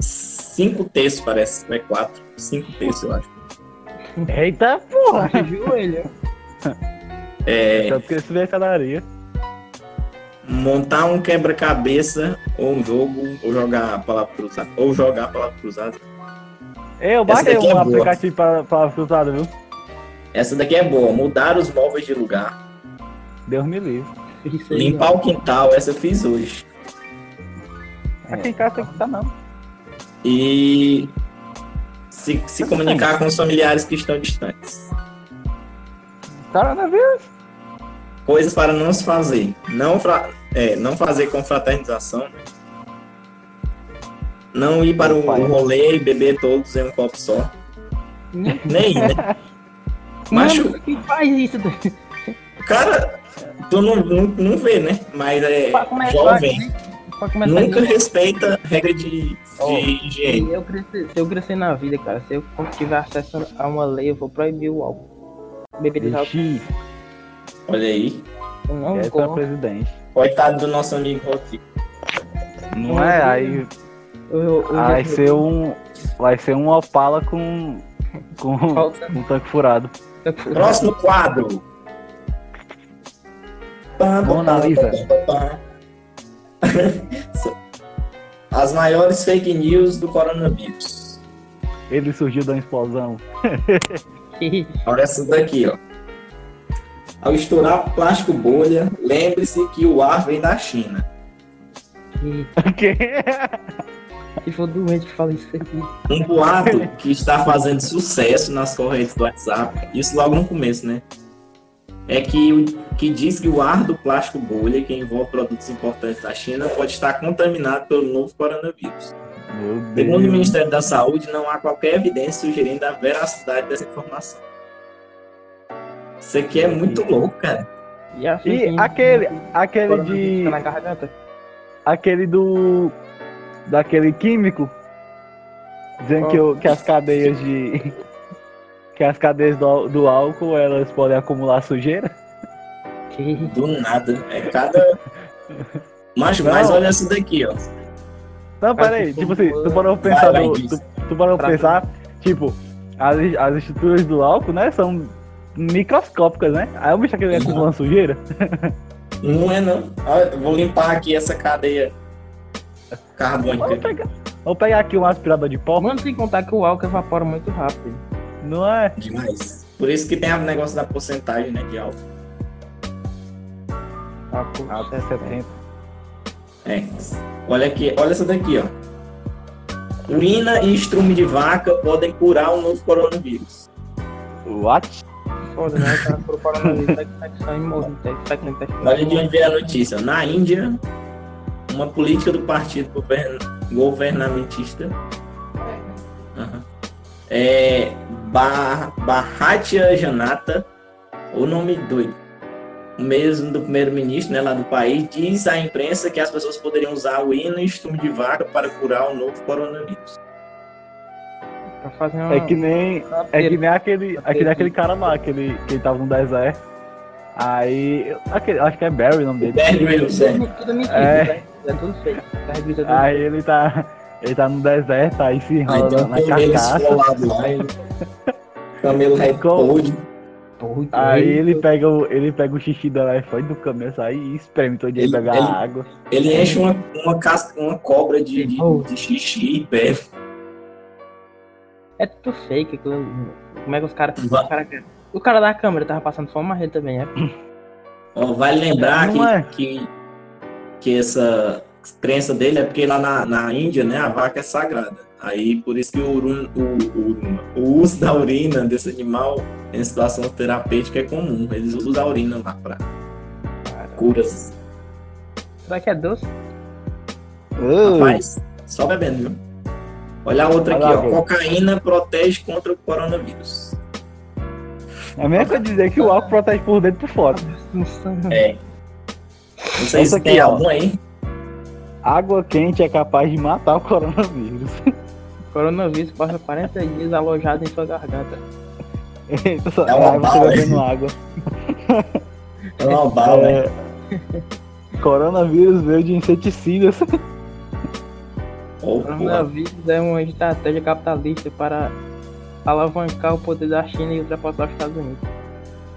Speaker 1: cinco terços, parece. Não é quatro. Cinco terços, eu acho.
Speaker 2: Eita porra!
Speaker 3: De joelho.
Speaker 1: É,
Speaker 2: Tanto que esse mercadaria.
Speaker 1: montar um quebra-cabeça, ou um jogo, ou jogar a palavra cruzada. Ou jogar a palavra cruzada.
Speaker 2: Eu
Speaker 1: Essa
Speaker 2: baixei
Speaker 1: daqui é
Speaker 2: um
Speaker 1: boa.
Speaker 2: aplicativo pra, pra cruzada, viu?
Speaker 1: Essa daqui é boa. Mudar os móveis de lugar.
Speaker 2: Deus me livre.
Speaker 3: Isso aí,
Speaker 1: Limpar
Speaker 3: ó.
Speaker 1: o quintal, essa eu fiz hoje.
Speaker 2: Aqui em casa tem que estar, não.
Speaker 1: E se, se comunicar com os familiares que estão distantes.
Speaker 2: Coronavírus.
Speaker 1: Coisas para não se fazer. Não, fra é, não fazer confraternização. Não ir para o
Speaker 2: Pai.
Speaker 1: rolê e beber todos em um copo só.
Speaker 3: Não,
Speaker 1: Nem, né? Macho,
Speaker 3: Mano, que faz isso? doido?
Speaker 1: cara, tu não, não, não vê, né? Mas é
Speaker 3: Pra começar,
Speaker 1: jovem.
Speaker 3: Pra começar
Speaker 1: Nunca respeita regra de, de
Speaker 3: Oh.
Speaker 1: higiene.
Speaker 3: Se eu, crescer, se eu crescer na vida, cara, se eu tiver acesso a uma lei, eu vou proibir o álcool. Beber de álcool,
Speaker 2: Ixi,
Speaker 1: Olha aí.
Speaker 3: eu não
Speaker 2: essa é o
Speaker 3: vou.
Speaker 2: presidente.
Speaker 1: Coitado do nosso amigo Rodrigo.
Speaker 2: Não é? Aí
Speaker 3: Eu, eu, eu
Speaker 2: Vai
Speaker 3: já-
Speaker 2: ser um. Vai ser um Opala com. com
Speaker 3: Falta-
Speaker 2: um tanque furado. é
Speaker 1: Próximo quadro. Pá, pá,
Speaker 2: Mona
Speaker 1: pá,
Speaker 2: Lisa.
Speaker 1: pá, pá, pá. As maiores fake news do coronavírus.
Speaker 2: Ele surgiu da explosão.
Speaker 1: Olha essa daqui, ó. Ao estourar plástico bolha, lembre-se que o ar vem da China.
Speaker 2: um
Speaker 3: que-
Speaker 2: Que?
Speaker 3: Se for doente, fala isso aqui.
Speaker 1: Um boato que está fazendo sucesso nas correntes do WhatsApp, isso logo no começo, né? É que, o- que diz que o ar do plástico bolha, que envolve produtos importantes da China, pode estar contaminado pelo novo coronavírus.
Speaker 2: Meu
Speaker 1: Segundo o
Speaker 2: Deus.
Speaker 1: Ministério da Saúde, não há qualquer evidência sugerindo a veracidade dessa informação. Isso aqui é muito louco, cara.
Speaker 3: E, a
Speaker 2: E
Speaker 3: fake-
Speaker 2: aquele. Aquele
Speaker 3: coronavírus
Speaker 2: de.
Speaker 3: tá né? na garganta.
Speaker 2: Aquele do. Daquele químico. Dizendo
Speaker 3: Qual?
Speaker 2: que, o- que as cadeias de. Que as cadeias do, al- do álcool elas podem acumular sujeira.
Speaker 3: Que-
Speaker 1: Do nada. É cada. Mas, mas
Speaker 2: Não.
Speaker 1: olha isso daqui, ó.
Speaker 2: Não, peraí,
Speaker 3: que
Speaker 2: tipo assim,
Speaker 3: formou-
Speaker 2: tu parou pra
Speaker 1: Vai,
Speaker 2: pensar
Speaker 1: vai,
Speaker 2: no-
Speaker 1: diz.
Speaker 2: tu, tu parou pra
Speaker 3: Pra-
Speaker 2: pensar, tipo, as, as estruturas do álcool, né, são microscópicas, né? Aí o bicho aquele
Speaker 1: Uhum.
Speaker 2: acumulando sujeira.
Speaker 1: Não é não. Olha, vou limpar aqui essa cadeia carbônica.
Speaker 2: Vamos pegar, vamos pegar aqui uma aspirada de pó,
Speaker 3: Mano, sem contar que o álcool evapora muito rápido.
Speaker 2: não é?
Speaker 1: Demais. Por isso que tem o negócio da porcentagem, né, de álcool.
Speaker 3: Álcool.
Speaker 2: Até 70.
Speaker 1: É. Olha aqui, olha essa daqui, ó. Urina e estrume de vaca podem curar o novo coronavírus.
Speaker 2: What?
Speaker 3: Foda, né? O cara pro coronavírus, tá infecção e morre. Tá infecção, tá infecção.
Speaker 1: Olha de onde veio a notícia. Na Índia, uma política do partido govern- governamentista Aham. é Ba- Bharatiya Janata, o nome doido, o mesmo do primeiro-ministro né, lá do país, diz à imprensa que as pessoas poderiam usar o hino e estume de vaca para curar o novo coronavírus.
Speaker 3: Pra fazer uma...
Speaker 2: É que nem, é que nem aquele,
Speaker 3: Até
Speaker 2: é que nem
Speaker 3: aqui.
Speaker 2: aquele cara lá, aquele, que ele tava no deserto. Aí, aquele, acho que é Barry o nome dele.
Speaker 1: Barry Wilson, é.
Speaker 3: Tudo mentira,
Speaker 2: É.
Speaker 3: né? é tudo feio. Tá revisando tudo
Speaker 2: Aí ele tá, ele tá no deserto, aí se
Speaker 1: Aí
Speaker 2: enrola
Speaker 1: tem
Speaker 2: Ah, na,
Speaker 1: um
Speaker 2: na
Speaker 1: camelo
Speaker 2: carcaça.
Speaker 1: esfolado lá, ele- camelo repolho.
Speaker 3: Doido, né?
Speaker 2: Aí
Speaker 3: hein?
Speaker 2: ele pega o, ele pega o xixi do elefante do caminho, sai e espreme todo dia
Speaker 1: Ele-
Speaker 2: pegar
Speaker 1: ele-
Speaker 2: a água.
Speaker 1: Ele enche uma, uma casca, uma cobra de, de, de xixi e bebe.
Speaker 3: É tudo fake aquilo. ali. Como é que os caras.
Speaker 1: Va-
Speaker 3: O cara, o cara da câmera tava passando fome, mas ele também é.
Speaker 1: Ó, vale lembrar
Speaker 2: Não
Speaker 1: que,
Speaker 2: é.
Speaker 1: que, que essa, crença dele é porque lá na, na Índia, né, a vaca é sagrada. Aí por isso que o, urun, o, o, o uso da urina desse animal em situação terapêutica é comum. Eles usam a urina lá para curas.
Speaker 3: Será que é doce?
Speaker 1: Rapaz, só bebendo, viu? Olha a outra
Speaker 2: Vai
Speaker 1: aqui,
Speaker 2: lá,
Speaker 1: ó.
Speaker 2: Bruno.
Speaker 1: Cocaína protege contra o coronavírus.
Speaker 2: É a mesma coisa dizer que o álcool protege por dentro e por fora.
Speaker 3: É.
Speaker 1: É. Não sei
Speaker 2: Essa
Speaker 1: se
Speaker 2: aqui,
Speaker 1: tem
Speaker 2: ó.
Speaker 1: algum aí.
Speaker 2: Água quente é capaz de matar o coronavírus.
Speaker 3: Coronavírus passa 40 dias alojado em sua garganta.
Speaker 2: Eita, só-
Speaker 1: É uma
Speaker 2: aí você
Speaker 1: bala,
Speaker 2: bebendo água.
Speaker 1: É uma bala, hein?
Speaker 2: É, Coronavírus veio de inseticidas.
Speaker 1: Ô,
Speaker 3: O
Speaker 1: porra.
Speaker 3: coronavírus é uma estratégia capitalista para alavancar o poder da China e ultrapassar os Estados Unidos.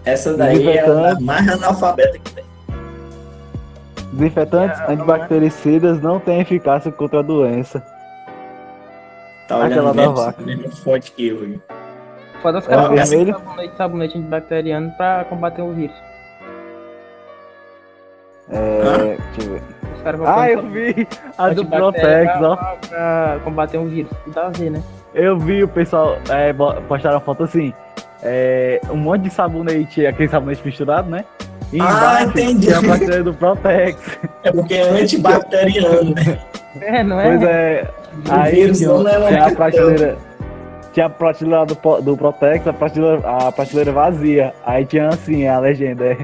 Speaker 1: Essa daí é a
Speaker 2: Desinfetante.
Speaker 1: mais analfabeta que tem.
Speaker 2: Desinfetantes
Speaker 3: É,
Speaker 2: antibactericidas não têm eficácia contra a doença.
Speaker 1: Tá
Speaker 2: Aquela
Speaker 1: olhando
Speaker 2: da
Speaker 1: mesmo,
Speaker 2: vaca.
Speaker 1: mesmo fonte que eu. hein?
Speaker 3: Foda os
Speaker 2: É
Speaker 3: caras
Speaker 1: vermelho?
Speaker 3: fazendo sabonete, sabonete antibacteriano para combater o vírus.
Speaker 2: É, deixa eu ver.
Speaker 3: Os caras vão
Speaker 2: Ah,
Speaker 3: fazer
Speaker 2: eu vi a do
Speaker 3: antibacteriano
Speaker 2: Protex, ó.
Speaker 3: pra- pra combater o vírus. Não dá a ver, né?
Speaker 2: Eu vi o pessoal é, bo- postaram uma foto assim. é, um monte de sabonete, aquele sabonete misturado, né? E
Speaker 1: Ah,
Speaker 2: embaixo
Speaker 1: entendi.
Speaker 2: tem a bactéria do Protex.
Speaker 1: É porque é antibacteriano, né?
Speaker 3: É, não é?
Speaker 2: Pois é,
Speaker 1: O
Speaker 2: aí
Speaker 1: vírus
Speaker 2: tinha,
Speaker 1: não é um
Speaker 2: tinha a
Speaker 1: bactéria.
Speaker 2: prateleira. Tinha a prateleira do, po- do Protex, a prateleira, a prateleira vazia. Aí tinha assim a legenda. é,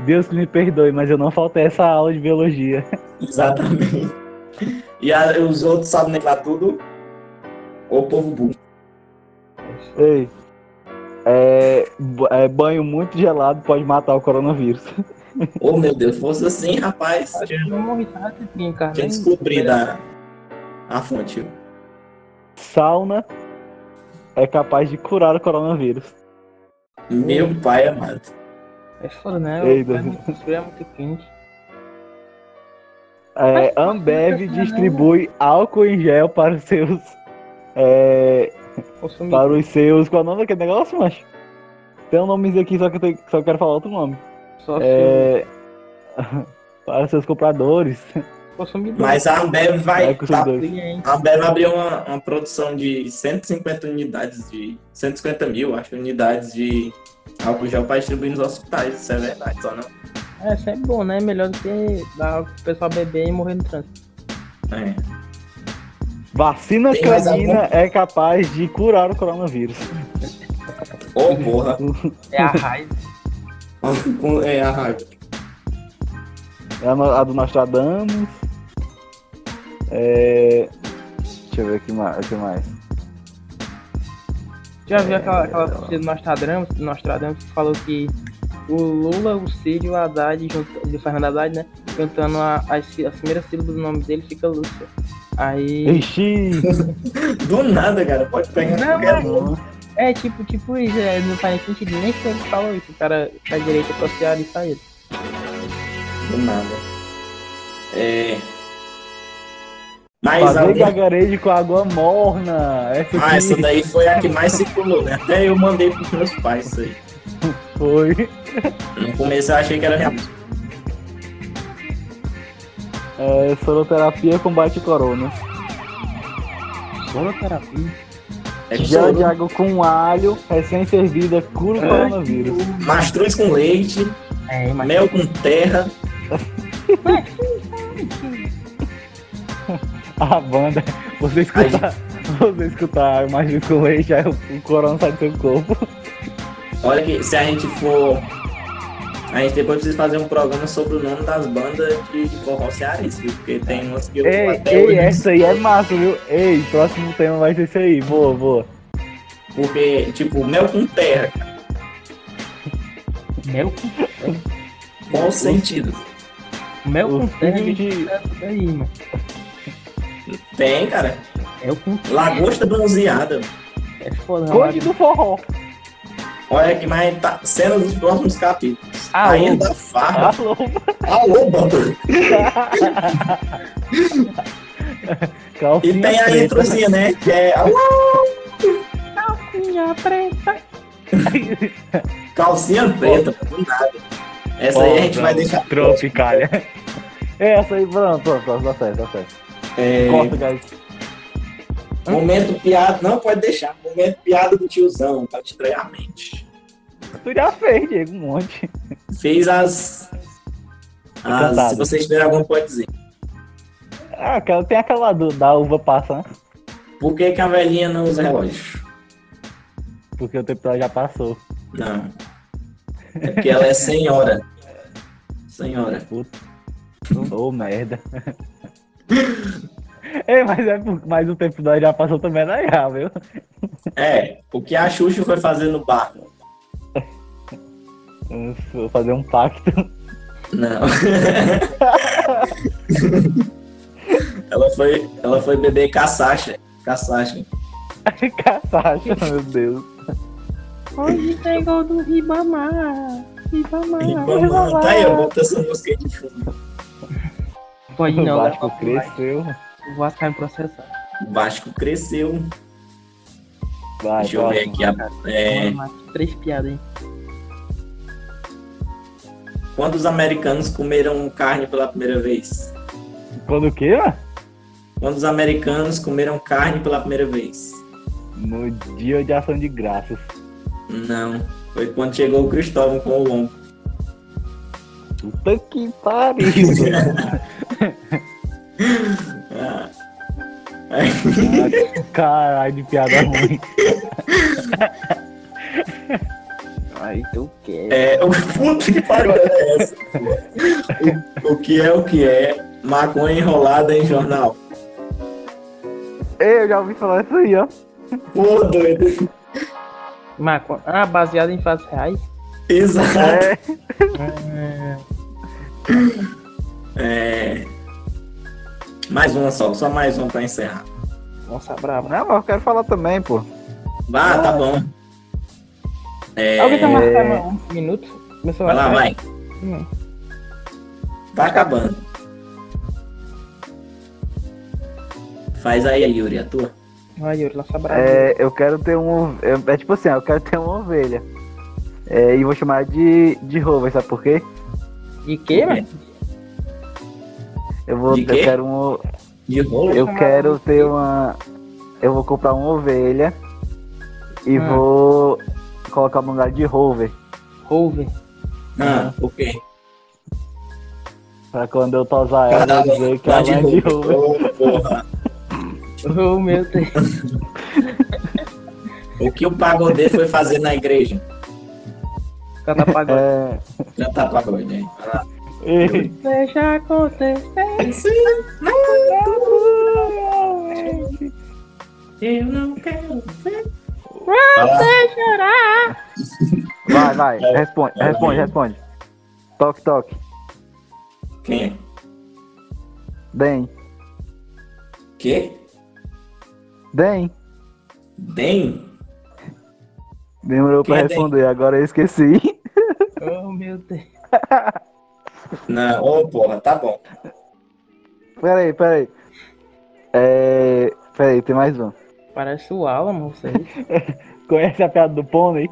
Speaker 2: Deus que me perdoe, mas eu não faltei essa aula de biologia.
Speaker 1: Exatamente. E a- os outros sabem lá tudo. O povo burro.
Speaker 2: Ei. é, ba- é, banho muito gelado pode matar o coronavírus.
Speaker 1: Ô meu Deus, fosse assim, rapaz.
Speaker 3: Acho que
Speaker 1: Tinha
Speaker 3: eu morri rapidinho, cara.
Speaker 1: tinha
Speaker 3: Nem-
Speaker 1: descobrido a, a fonte. viu?
Speaker 2: Sauna é capaz de curar o coronavírus.
Speaker 1: Meu pai amado.
Speaker 3: É foda, né?
Speaker 2: Ei,
Speaker 3: O- É
Speaker 2: Deus.
Speaker 3: muito frio, é muito quente.
Speaker 2: É, Ambev distribui álcool em gel para os seus. é,
Speaker 3: Consumir.
Speaker 2: para os seus. Qual é o nome daquele negócio, macho? Tem um nomezinho aqui, só que eu tenho- só quero falar outro nome.
Speaker 3: Só se
Speaker 2: É, para os seus compradores.
Speaker 3: o consumidor.
Speaker 1: Mas a Ambev vai.
Speaker 2: Vai,
Speaker 1: tá-
Speaker 2: consumidores.
Speaker 3: Cliente.
Speaker 1: a Ambev abriu uma, uma produção de 150 unidades de. 150 mil, acho, unidades de álcool gel para distribuir nos hospitais. Isso é verdade, só não.
Speaker 3: É, isso é bom, né? Melhor do que dar o pessoal beber e morrer no trânsito.
Speaker 1: É.
Speaker 2: Vacina
Speaker 1: Tem mais
Speaker 2: canina é capaz de curar o coronavírus.
Speaker 1: Ô porra.
Speaker 3: É a raiva.
Speaker 1: Com- é, a raiva.
Speaker 2: É a, no- a do Nostradamus. É, deixa eu ver aqui ma- o que mais.
Speaker 3: Já
Speaker 2: É,
Speaker 3: viu aquela, aquela notícia do Nostradamus, do Nostradamus que falou que o Lula, o Ciro e o Haddad, junto, de Fernando Haddad, né? Juntando a, as, sí- as primeiras sílabas do nome dele, fica Lúcia. Aí.
Speaker 2: Ixi!
Speaker 1: Do nada, cara. Pode pegar
Speaker 3: Não,
Speaker 1: qualquer
Speaker 3: mas-
Speaker 1: um.
Speaker 3: É tipo, tipo isso, é, não faz nem sentido nem que ele falou isso. O cara da direita é social e saiu.
Speaker 1: Do nada. É. Mas
Speaker 2: Fazer
Speaker 1: alguém.
Speaker 2: gargarejo com água morna. Essa
Speaker 1: Ah,
Speaker 2: aqui
Speaker 1: essa daí foi a que mais circulou, né? Até eu mandei pros meus pais isso aí.
Speaker 2: foi.
Speaker 1: No começo eu achei que era real.
Speaker 2: É, soroterapia combate corona.
Speaker 3: terapia.
Speaker 1: É
Speaker 2: Gel de
Speaker 1: soro.
Speaker 2: água com alho, recém-servida, cura o
Speaker 1: É.
Speaker 2: coronavírus.
Speaker 1: Mastruz com leite,
Speaker 3: É, mas.
Speaker 1: mel com terra.
Speaker 2: A banda, você escutar, você escutar mais com leite, aí o, o corona sai do seu corpo.
Speaker 1: Olha que se a gente for. A gente depois precisa fazer um programa sobre o nome das bandas de forró cearense, viu? porque tem umas que eu
Speaker 2: Ei,
Speaker 1: até
Speaker 2: ei,
Speaker 1: hoje- né?
Speaker 2: essa aí é massa, viu? Ei, próximo tema vai ser esse aí. Boa, boa.
Speaker 1: Porque, tipo, mel com terra.
Speaker 3: Mel com.
Speaker 1: Qual o sentido?
Speaker 3: Mel
Speaker 2: O
Speaker 3: com terra.
Speaker 2: filho de-
Speaker 3: é Aí, mano.
Speaker 1: Tem, cara.
Speaker 3: Mel com terra.
Speaker 1: Lagosta bronzeada.
Speaker 3: É foda,
Speaker 2: Conde do forró.
Speaker 1: Olha que mais tá cenas dos próximos capítulos.
Speaker 3: Ah,
Speaker 1: Ainda da farra.
Speaker 2: Alô.
Speaker 1: Alô, Bumble. E
Speaker 2: Calcinha
Speaker 1: tem a
Speaker 2: preta.
Speaker 1: introzinha, né? Que é a
Speaker 3: Minha preta.
Speaker 1: calcinha preta, do nada. Essa aí a gente vai deixar.
Speaker 2: Tropicalha. É, essa aí, pronto, pronto, pronto, tá certo, tá certo.
Speaker 1: É,
Speaker 2: Corta, guys.
Speaker 1: momento piada. Não, pode deixar. Momento piada do tiozão, pra distrair a mente.
Speaker 2: Tu já fez, Diego, um monte.
Speaker 1: Fez as. as-
Speaker 2: Encantado.
Speaker 1: se vocês tiverem alguma, pode dizer.
Speaker 2: Ah, aquela- tem aquela lá do, da uva passa, né?
Speaker 1: Por que, que a velhinha não usa relógio?
Speaker 2: Porque o tempo dela já passou.
Speaker 1: Não. É porque ela é senhora. Senhora.
Speaker 2: Puta.
Speaker 1: Uhum.
Speaker 2: Ô, merda. Ei, mas, é, por- mas o tempo dela já passou também na real, viu?
Speaker 1: É, o que a Xuxa foi fazer no bar?
Speaker 2: Vou fazer um pacto.
Speaker 1: Não. ela, foi, ela foi beber caçacha. Caçacha.
Speaker 2: Caçacha, meu Deus.
Speaker 3: Hoje tem gol do Ribamar. Ribamar.
Speaker 1: E vamos, tá aí, eu boto essa música aí de fundo.
Speaker 3: Pode não,
Speaker 2: o Vasco
Speaker 3: Léo,
Speaker 2: cresceu.
Speaker 3: O Vasco vai me processar.
Speaker 1: O Vasco cresceu.
Speaker 2: Vai,
Speaker 1: Deixa eu ver
Speaker 2: próximo.
Speaker 1: aqui. a- é,
Speaker 3: Mano, Três piadas, hein?
Speaker 1: quando os americanos comeram carne pela primeira vez?
Speaker 2: Quando o quê, mano?
Speaker 1: Quando os americanos comeram carne pela primeira vez?
Speaker 2: No dia de ação de graças.
Speaker 1: Não. Foi quando chegou o Cristóvão com o lombo.
Speaker 2: Puta que pariu.
Speaker 1: Ah,
Speaker 2: Ah, Caralho, de piada ruim.
Speaker 3: Ai, tu quer.
Speaker 1: É, o puta que pariu é essa? O, o que é o que é? Maconha enrolada em jornal.
Speaker 2: Ei, eu já ouvi falar isso aí, ó.
Speaker 1: Pô, doido.
Speaker 3: Marco, ah, baseado em fatos reais?
Speaker 1: Exato.
Speaker 2: É,
Speaker 1: É. Mais uma só, só mais uma pra encerrar.
Speaker 3: Nossa, brava.
Speaker 2: não, mas eu quero falar também, pô.
Speaker 1: Ah, tá bom. É,
Speaker 3: Alguém tá
Speaker 1: vai
Speaker 3: marcando um minuto? Meu celular
Speaker 1: lá,
Speaker 3: tá-
Speaker 1: vai.
Speaker 3: Hum.
Speaker 1: Tá acabando. Faz aí, Yuri, a tua.
Speaker 3: Vai, Yuri, lança brava.
Speaker 2: É, eu quero ter um. eu- É tipo assim, ó, eu quero ter uma ovelha. É, e vou chamar de, de Rover, sabe por quê?
Speaker 1: É.
Speaker 3: E que, mano?
Speaker 2: Eu vou.
Speaker 1: De
Speaker 2: Eu
Speaker 1: quê?
Speaker 2: quero um.
Speaker 1: De rolo?
Speaker 2: Eu
Speaker 3: Chamar
Speaker 2: quero
Speaker 3: de
Speaker 2: ter uma. Eu vou comprar uma ovelha e
Speaker 3: Ah.
Speaker 2: vou colocar no lugar de Rover.
Speaker 3: Rover.
Speaker 1: Ah, ok.
Speaker 2: Pra quando eu tosar ela, eu
Speaker 1: Caralho,
Speaker 2: dizer que
Speaker 1: tá
Speaker 2: ela
Speaker 1: de
Speaker 2: é de Rover.
Speaker 1: rolo. Ô, porra.
Speaker 3: Oh, meu Deus.
Speaker 1: O que o pagodeiro foi fazer na igreja?
Speaker 3: Canta pagode.
Speaker 2: É.
Speaker 1: Cantar pagode, hein? Vai lá.
Speaker 2: Ei,
Speaker 3: Deixa acontecer.
Speaker 1: Eu não quero ver. Vai lá.
Speaker 2: Vai, vai,
Speaker 1: É.
Speaker 2: responde,
Speaker 1: É.
Speaker 2: responde, responde. Toque, toque.
Speaker 1: Quem é?
Speaker 2: Dem,
Speaker 1: Quê?
Speaker 2: dem.
Speaker 1: Dem?
Speaker 2: Demorou pra
Speaker 1: Quem é Dem?
Speaker 2: responder, agora eu esqueci.
Speaker 3: Oh, meu Deus.
Speaker 1: Não, ô porra, tá bom.
Speaker 2: Peraí, peraí. É. Peraí, tem mais um.
Speaker 3: Parece o Alan, não sei.
Speaker 2: Conhece a piada do pônei?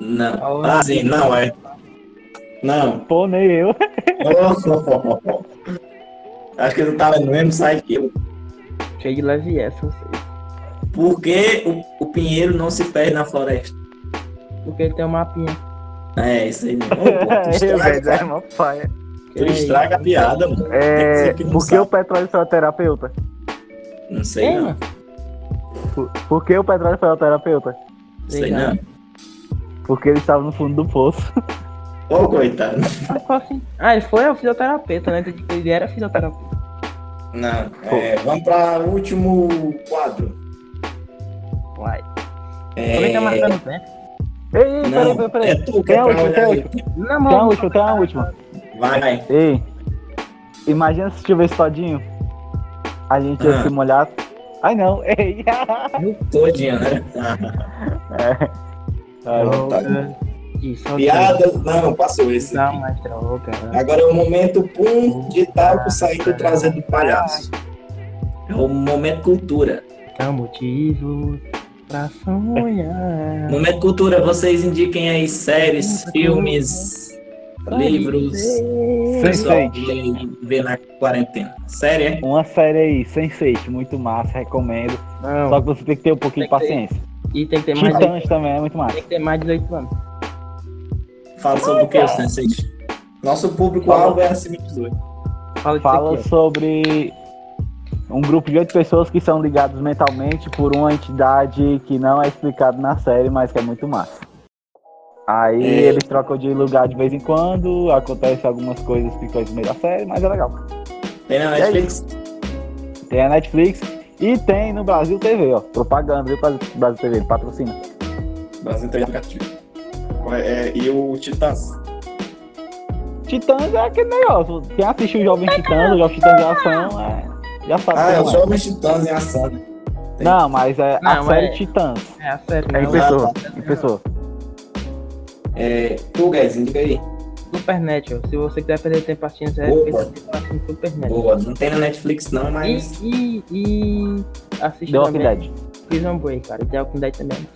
Speaker 1: Não. Ah, sim, não é. Não.
Speaker 2: Pônei eu.
Speaker 1: Ô, ô, ô, ô, ô. Acho que eu tava no mesmo site que eu.
Speaker 3: Cheio de leve essa, não sei.
Speaker 1: Por que o, o pinheiro não se perde na floresta?
Speaker 3: Porque ele tem um mapinha.
Speaker 1: É, isso aí mesmo. Ô, porra, tu estraga,
Speaker 2: é
Speaker 1: cara.
Speaker 2: uma paia.
Speaker 3: é
Speaker 1: tu estraga a piada, mano. Tem que
Speaker 2: É.
Speaker 1: dizer que não
Speaker 2: Por que o
Speaker 1: sabe.
Speaker 2: petróleo foi o terapeuta?
Speaker 1: Não sei
Speaker 3: Ei,
Speaker 1: não.
Speaker 3: mano.
Speaker 2: Por, por que o petróleo foi o terapeuta?
Speaker 1: Sei não.
Speaker 2: Porque ele estava no fundo do poço.
Speaker 1: Ô, coitado.
Speaker 3: Ah, qual assim? Ah, ele foi ao fisioterapeuta, né? Ele era fisioterapeuta.
Speaker 1: Não. É, vamos para o último quadro.
Speaker 3: Uai. Alguém
Speaker 1: É...
Speaker 3: tá marcando o tempo?
Speaker 2: Ei, ei, peraí,
Speaker 1: Não,
Speaker 2: peraí, peraí.
Speaker 1: é tu que
Speaker 2: Tem
Speaker 1: é
Speaker 2: a
Speaker 1: pra
Speaker 2: última,
Speaker 1: olhar
Speaker 2: tem a
Speaker 1: aí.
Speaker 2: última.
Speaker 3: Na
Speaker 2: Tem a
Speaker 3: mão.
Speaker 2: última, tem a última.
Speaker 1: Vai.
Speaker 2: Ei. Imagina se tivesse todinho. A gente ia
Speaker 1: Ah.
Speaker 2: se molhar. Ai não, ei.
Speaker 1: Todinha, né?
Speaker 2: Ai,
Speaker 1: tá.
Speaker 3: Isso,
Speaker 1: Ah,
Speaker 3: ok.
Speaker 1: Piadas, não, passou esse.
Speaker 3: Dá uma droga.
Speaker 1: Agora é o momento pum de talco saindo do traseiro do palhaço. É o momento cultura.
Speaker 3: Dá Tá motivo pra sonhar.
Speaker 1: Momento cultura, vocês indiquem aí séries, filmes,
Speaker 3: pra
Speaker 1: Livros.
Speaker 3: dizer.
Speaker 1: Pessoal,
Speaker 2: Sense8.
Speaker 1: vê aí, vê na quarentena. Sério, é?
Speaker 2: Uma série aí, Sense8, muito massa, recomendo.
Speaker 3: Não,
Speaker 2: Só que você tem que ter um pouquinho de
Speaker 3: Tem que ter.
Speaker 2: paciência.
Speaker 3: e tem que ter mais de,
Speaker 2: Titãs também é muito massa.
Speaker 3: tem que ter mais de 18 anos.
Speaker 1: é? Fala sobre o que, Sensei? Nosso público-alvo é acima de 18.
Speaker 3: Fala disso
Speaker 2: Fala
Speaker 3: aqui,
Speaker 2: sobre um grupo de oito pessoas que são ligados mentalmente por uma entidade que não é explicado na série, mas que é muito massa. Aí
Speaker 1: É.
Speaker 2: eles trocam de lugar de vez em quando, acontece algumas coisas picantes no meio da série, mas é legal.
Speaker 1: Tem na
Speaker 2: É
Speaker 1: Netflix?
Speaker 2: Tem a Netflix e tem no Brasil TV, ó. Propaganda, viu? Brasil Brasil TV, ele patrocina.
Speaker 1: Brasil tem aplicativo. É, é, e o Titãs?
Speaker 2: Titãs é aquele negócio. Quem assistiu o Jovem Titãs, o Jovem Titãs de ação, é... já sabe
Speaker 1: Ah, é os
Speaker 2: como é.
Speaker 1: Jovens Titãs em ação. né?
Speaker 2: Não, mas é a
Speaker 3: Não,
Speaker 2: série
Speaker 3: é-
Speaker 2: Titãs.
Speaker 3: É a série,
Speaker 2: É
Speaker 1: Não,
Speaker 2: em
Speaker 3: não.
Speaker 2: pessoa,
Speaker 3: não.
Speaker 2: em pessoa.
Speaker 1: É, tu, Guezinho, diga aí.
Speaker 3: Supernatural. Se você quiser perder tempo assistindo, você
Speaker 1: Opa.
Speaker 3: precisa tempo assistindo Supernatural.
Speaker 1: Boa, não tem na Netflix não, mas...
Speaker 3: E, e, e assiste
Speaker 2: The Walking
Speaker 3: também
Speaker 2: Dead.
Speaker 3: Prison Break, cara. The Walking Dead também.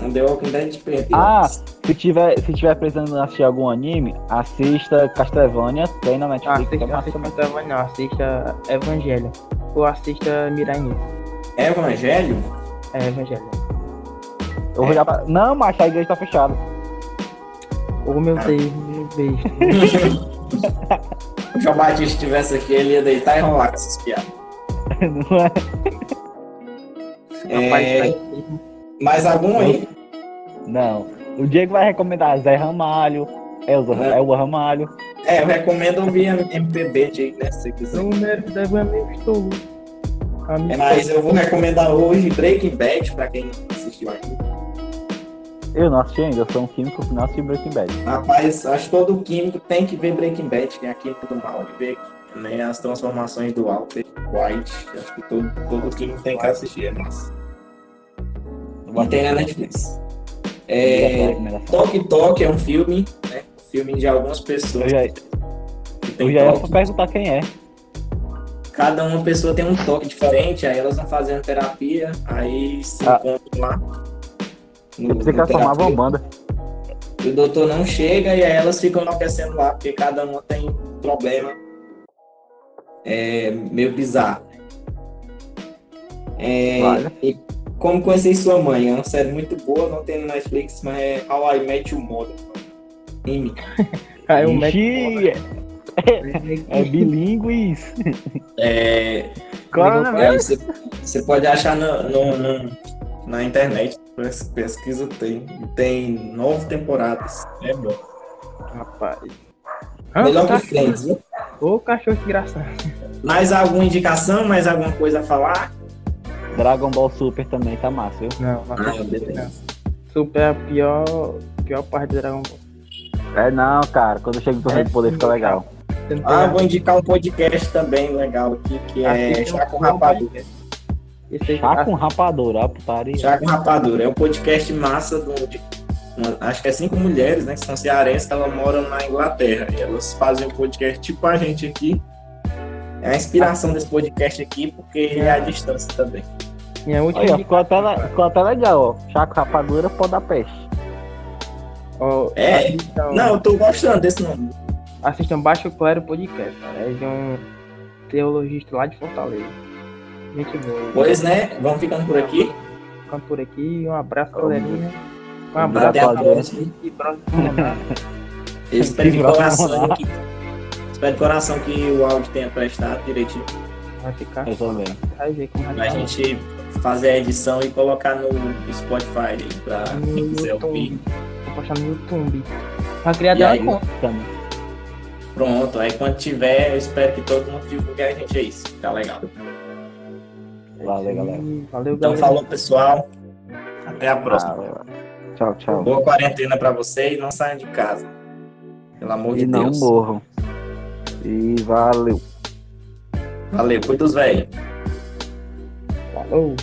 Speaker 1: Não deu alguém Dead de perder.
Speaker 2: Ah, se tiver, se tiver precisando assistir algum anime, assista Castlevania, tem na
Speaker 3: Ah,
Speaker 2: Netflix.
Speaker 3: assista,
Speaker 2: é massa
Speaker 3: assista
Speaker 2: também.
Speaker 3: Castlevania, não, assista Evangelho. Ou assista Mirai Nikki.
Speaker 1: Evangelho?
Speaker 3: É Evangelho.
Speaker 2: Eu vou já pra- Não, mas a igreja tá fechada.
Speaker 3: Ô meu Deus, meu Deus.
Speaker 1: Se o João Batista estivesse aqui, ele ia deitar e rolar com essas piadas.
Speaker 2: Não é?
Speaker 1: É,
Speaker 3: Rapaz, tá-
Speaker 1: mais algum aí?
Speaker 2: Não. O Diego vai recomendar Zé Ramalho, Elza,
Speaker 1: É.
Speaker 2: Elba Ramalho.
Speaker 1: É, eu recomendo ouvir a MPB de aí, né, se você quiser.
Speaker 3: Número da Van Estou.
Speaker 1: É, mas eu vou recomendar hoje Breaking Bad, pra quem não assistiu ainda.
Speaker 2: Eu não assisti ainda, eu sou um químico que não assisti Breaking Bad.
Speaker 1: Rapaz, acho que todo químico tem que ver Breaking Bad, que é a química do mal. E ver né, as transformações do Walter White. que Acho que todo, todo químico tem que assistir, é massa. E tem na Netflix. É, Tok Tok é um filme, né? Um filme de algumas pessoas.
Speaker 2: Eu já-
Speaker 1: que tem
Speaker 2: Eu já ia
Speaker 1: toque.
Speaker 2: só perguntar quem é.
Speaker 1: Cada uma pessoa tem um toque diferente, aí elas vão fazendo terapia, aí se
Speaker 2: Ah.
Speaker 1: encontram lá. No,
Speaker 2: Eu pensei que
Speaker 1: no
Speaker 2: ela formava
Speaker 1: terapeuta.
Speaker 2: uma banda.
Speaker 1: E o doutor não chega e aí elas ficam enlouquecendo lá, porque cada uma tem um problema. É meio bizarro. É,
Speaker 2: Vale.
Speaker 1: e como conheci sua mãe? É uma série muito boa, não tem no Netflix, mas é How I Met Your Mother. Anime. É.
Speaker 3: Caiu um o Mac.
Speaker 2: Ixi, é,
Speaker 3: né,
Speaker 2: é bilíngues.
Speaker 1: É,
Speaker 2: Coronavírus.
Speaker 1: é, você, você pode achar no, no- no- na internet, pes- pesquisa tem. Tem nove temporadas. É bom.
Speaker 3: Rapaz.
Speaker 1: É.
Speaker 3: Ah,
Speaker 1: Melhor que
Speaker 3: cachorro.
Speaker 1: Friends, viu?
Speaker 3: Ô cachorro desgraçado.
Speaker 1: Mais alguma indicação? Mais alguma coisa a falar?
Speaker 2: Dragon Ball Super também tá massa, viu?
Speaker 1: Ah,
Speaker 3: Não, não
Speaker 1: eu
Speaker 3: acredito,
Speaker 1: detesto.
Speaker 3: não. Super é a pior, pior parte do Dragon Ball.
Speaker 2: É não, cara. Quando chega no
Speaker 1: É
Speaker 2: torneio de poder fica legal.
Speaker 3: Você não tem
Speaker 1: Ah,
Speaker 3: nada.
Speaker 1: vou indicar um podcast também legal aqui, que é
Speaker 3: Assiste
Speaker 1: Chá com
Speaker 3: um
Speaker 1: Rapadura.
Speaker 3: Esse aí-
Speaker 2: Chá com rapadura, ó, putaria.
Speaker 1: Chá com Rapadura. É um podcast massa do- de- uma- acho que é cinco mulheres, né? Que são cearenses, que elas moram na Inglaterra. E elas fazem um podcast tipo a gente aqui. É a inspiração desse podcast aqui, porque ele é à distância também.
Speaker 3: Minha última
Speaker 2: Olha, ó,
Speaker 3: indicação.
Speaker 2: ficou até, le- ficou até legal, ó. Chá com rapadura pode dar peste.
Speaker 3: ó,
Speaker 1: É.
Speaker 3: assistam-
Speaker 1: Não, eu tô gostando desse nome.
Speaker 3: assistam Baixo Clero Podcast, cara. É de um teologista lá de Fortaleza. Gente boa.
Speaker 1: Pois, né? Vamos ficando por aqui.
Speaker 3: Ficando por aqui. Um abraço, galerinha. Um
Speaker 1: Até
Speaker 3: abraço.
Speaker 1: a
Speaker 2: Rapadura.
Speaker 1: próxima.
Speaker 3: E próximo abraço.
Speaker 1: Eu espero de
Speaker 2: Que braço
Speaker 1: coração
Speaker 2: lá.
Speaker 1: que, espero de coração que o áudio tenha prestado direitinho.
Speaker 3: Vai ficar.
Speaker 2: Eu também.
Speaker 3: Vai ver como vai
Speaker 1: pra
Speaker 3: ficar.
Speaker 1: gente fazer a edição e colocar no Spotify aí pra quem
Speaker 3: No
Speaker 1: quiser
Speaker 3: YouTube.
Speaker 1: ouvir.
Speaker 3: Vou postar no Tá YouTube. Vai criar
Speaker 1: E
Speaker 3: até
Speaker 1: aí?
Speaker 3: uma conta.
Speaker 2: Também.
Speaker 1: Pronto, aí quando tiver, eu espero que todo mundo divulgue a gente aí. Tá legal.
Speaker 2: Valeu, galera.
Speaker 3: Valeu,
Speaker 1: Então
Speaker 3: galera.
Speaker 1: falou pessoal. Até a próxima.
Speaker 2: Valeu. Ah, Tchau, tchau.
Speaker 1: Boa quarentena pra vocês. Não saiam de casa. Pelo amor
Speaker 2: E
Speaker 1: de
Speaker 2: não
Speaker 1: Deus.
Speaker 2: morram. E valeu.
Speaker 1: Valeu, cuida os velhos.
Speaker 3: Falou.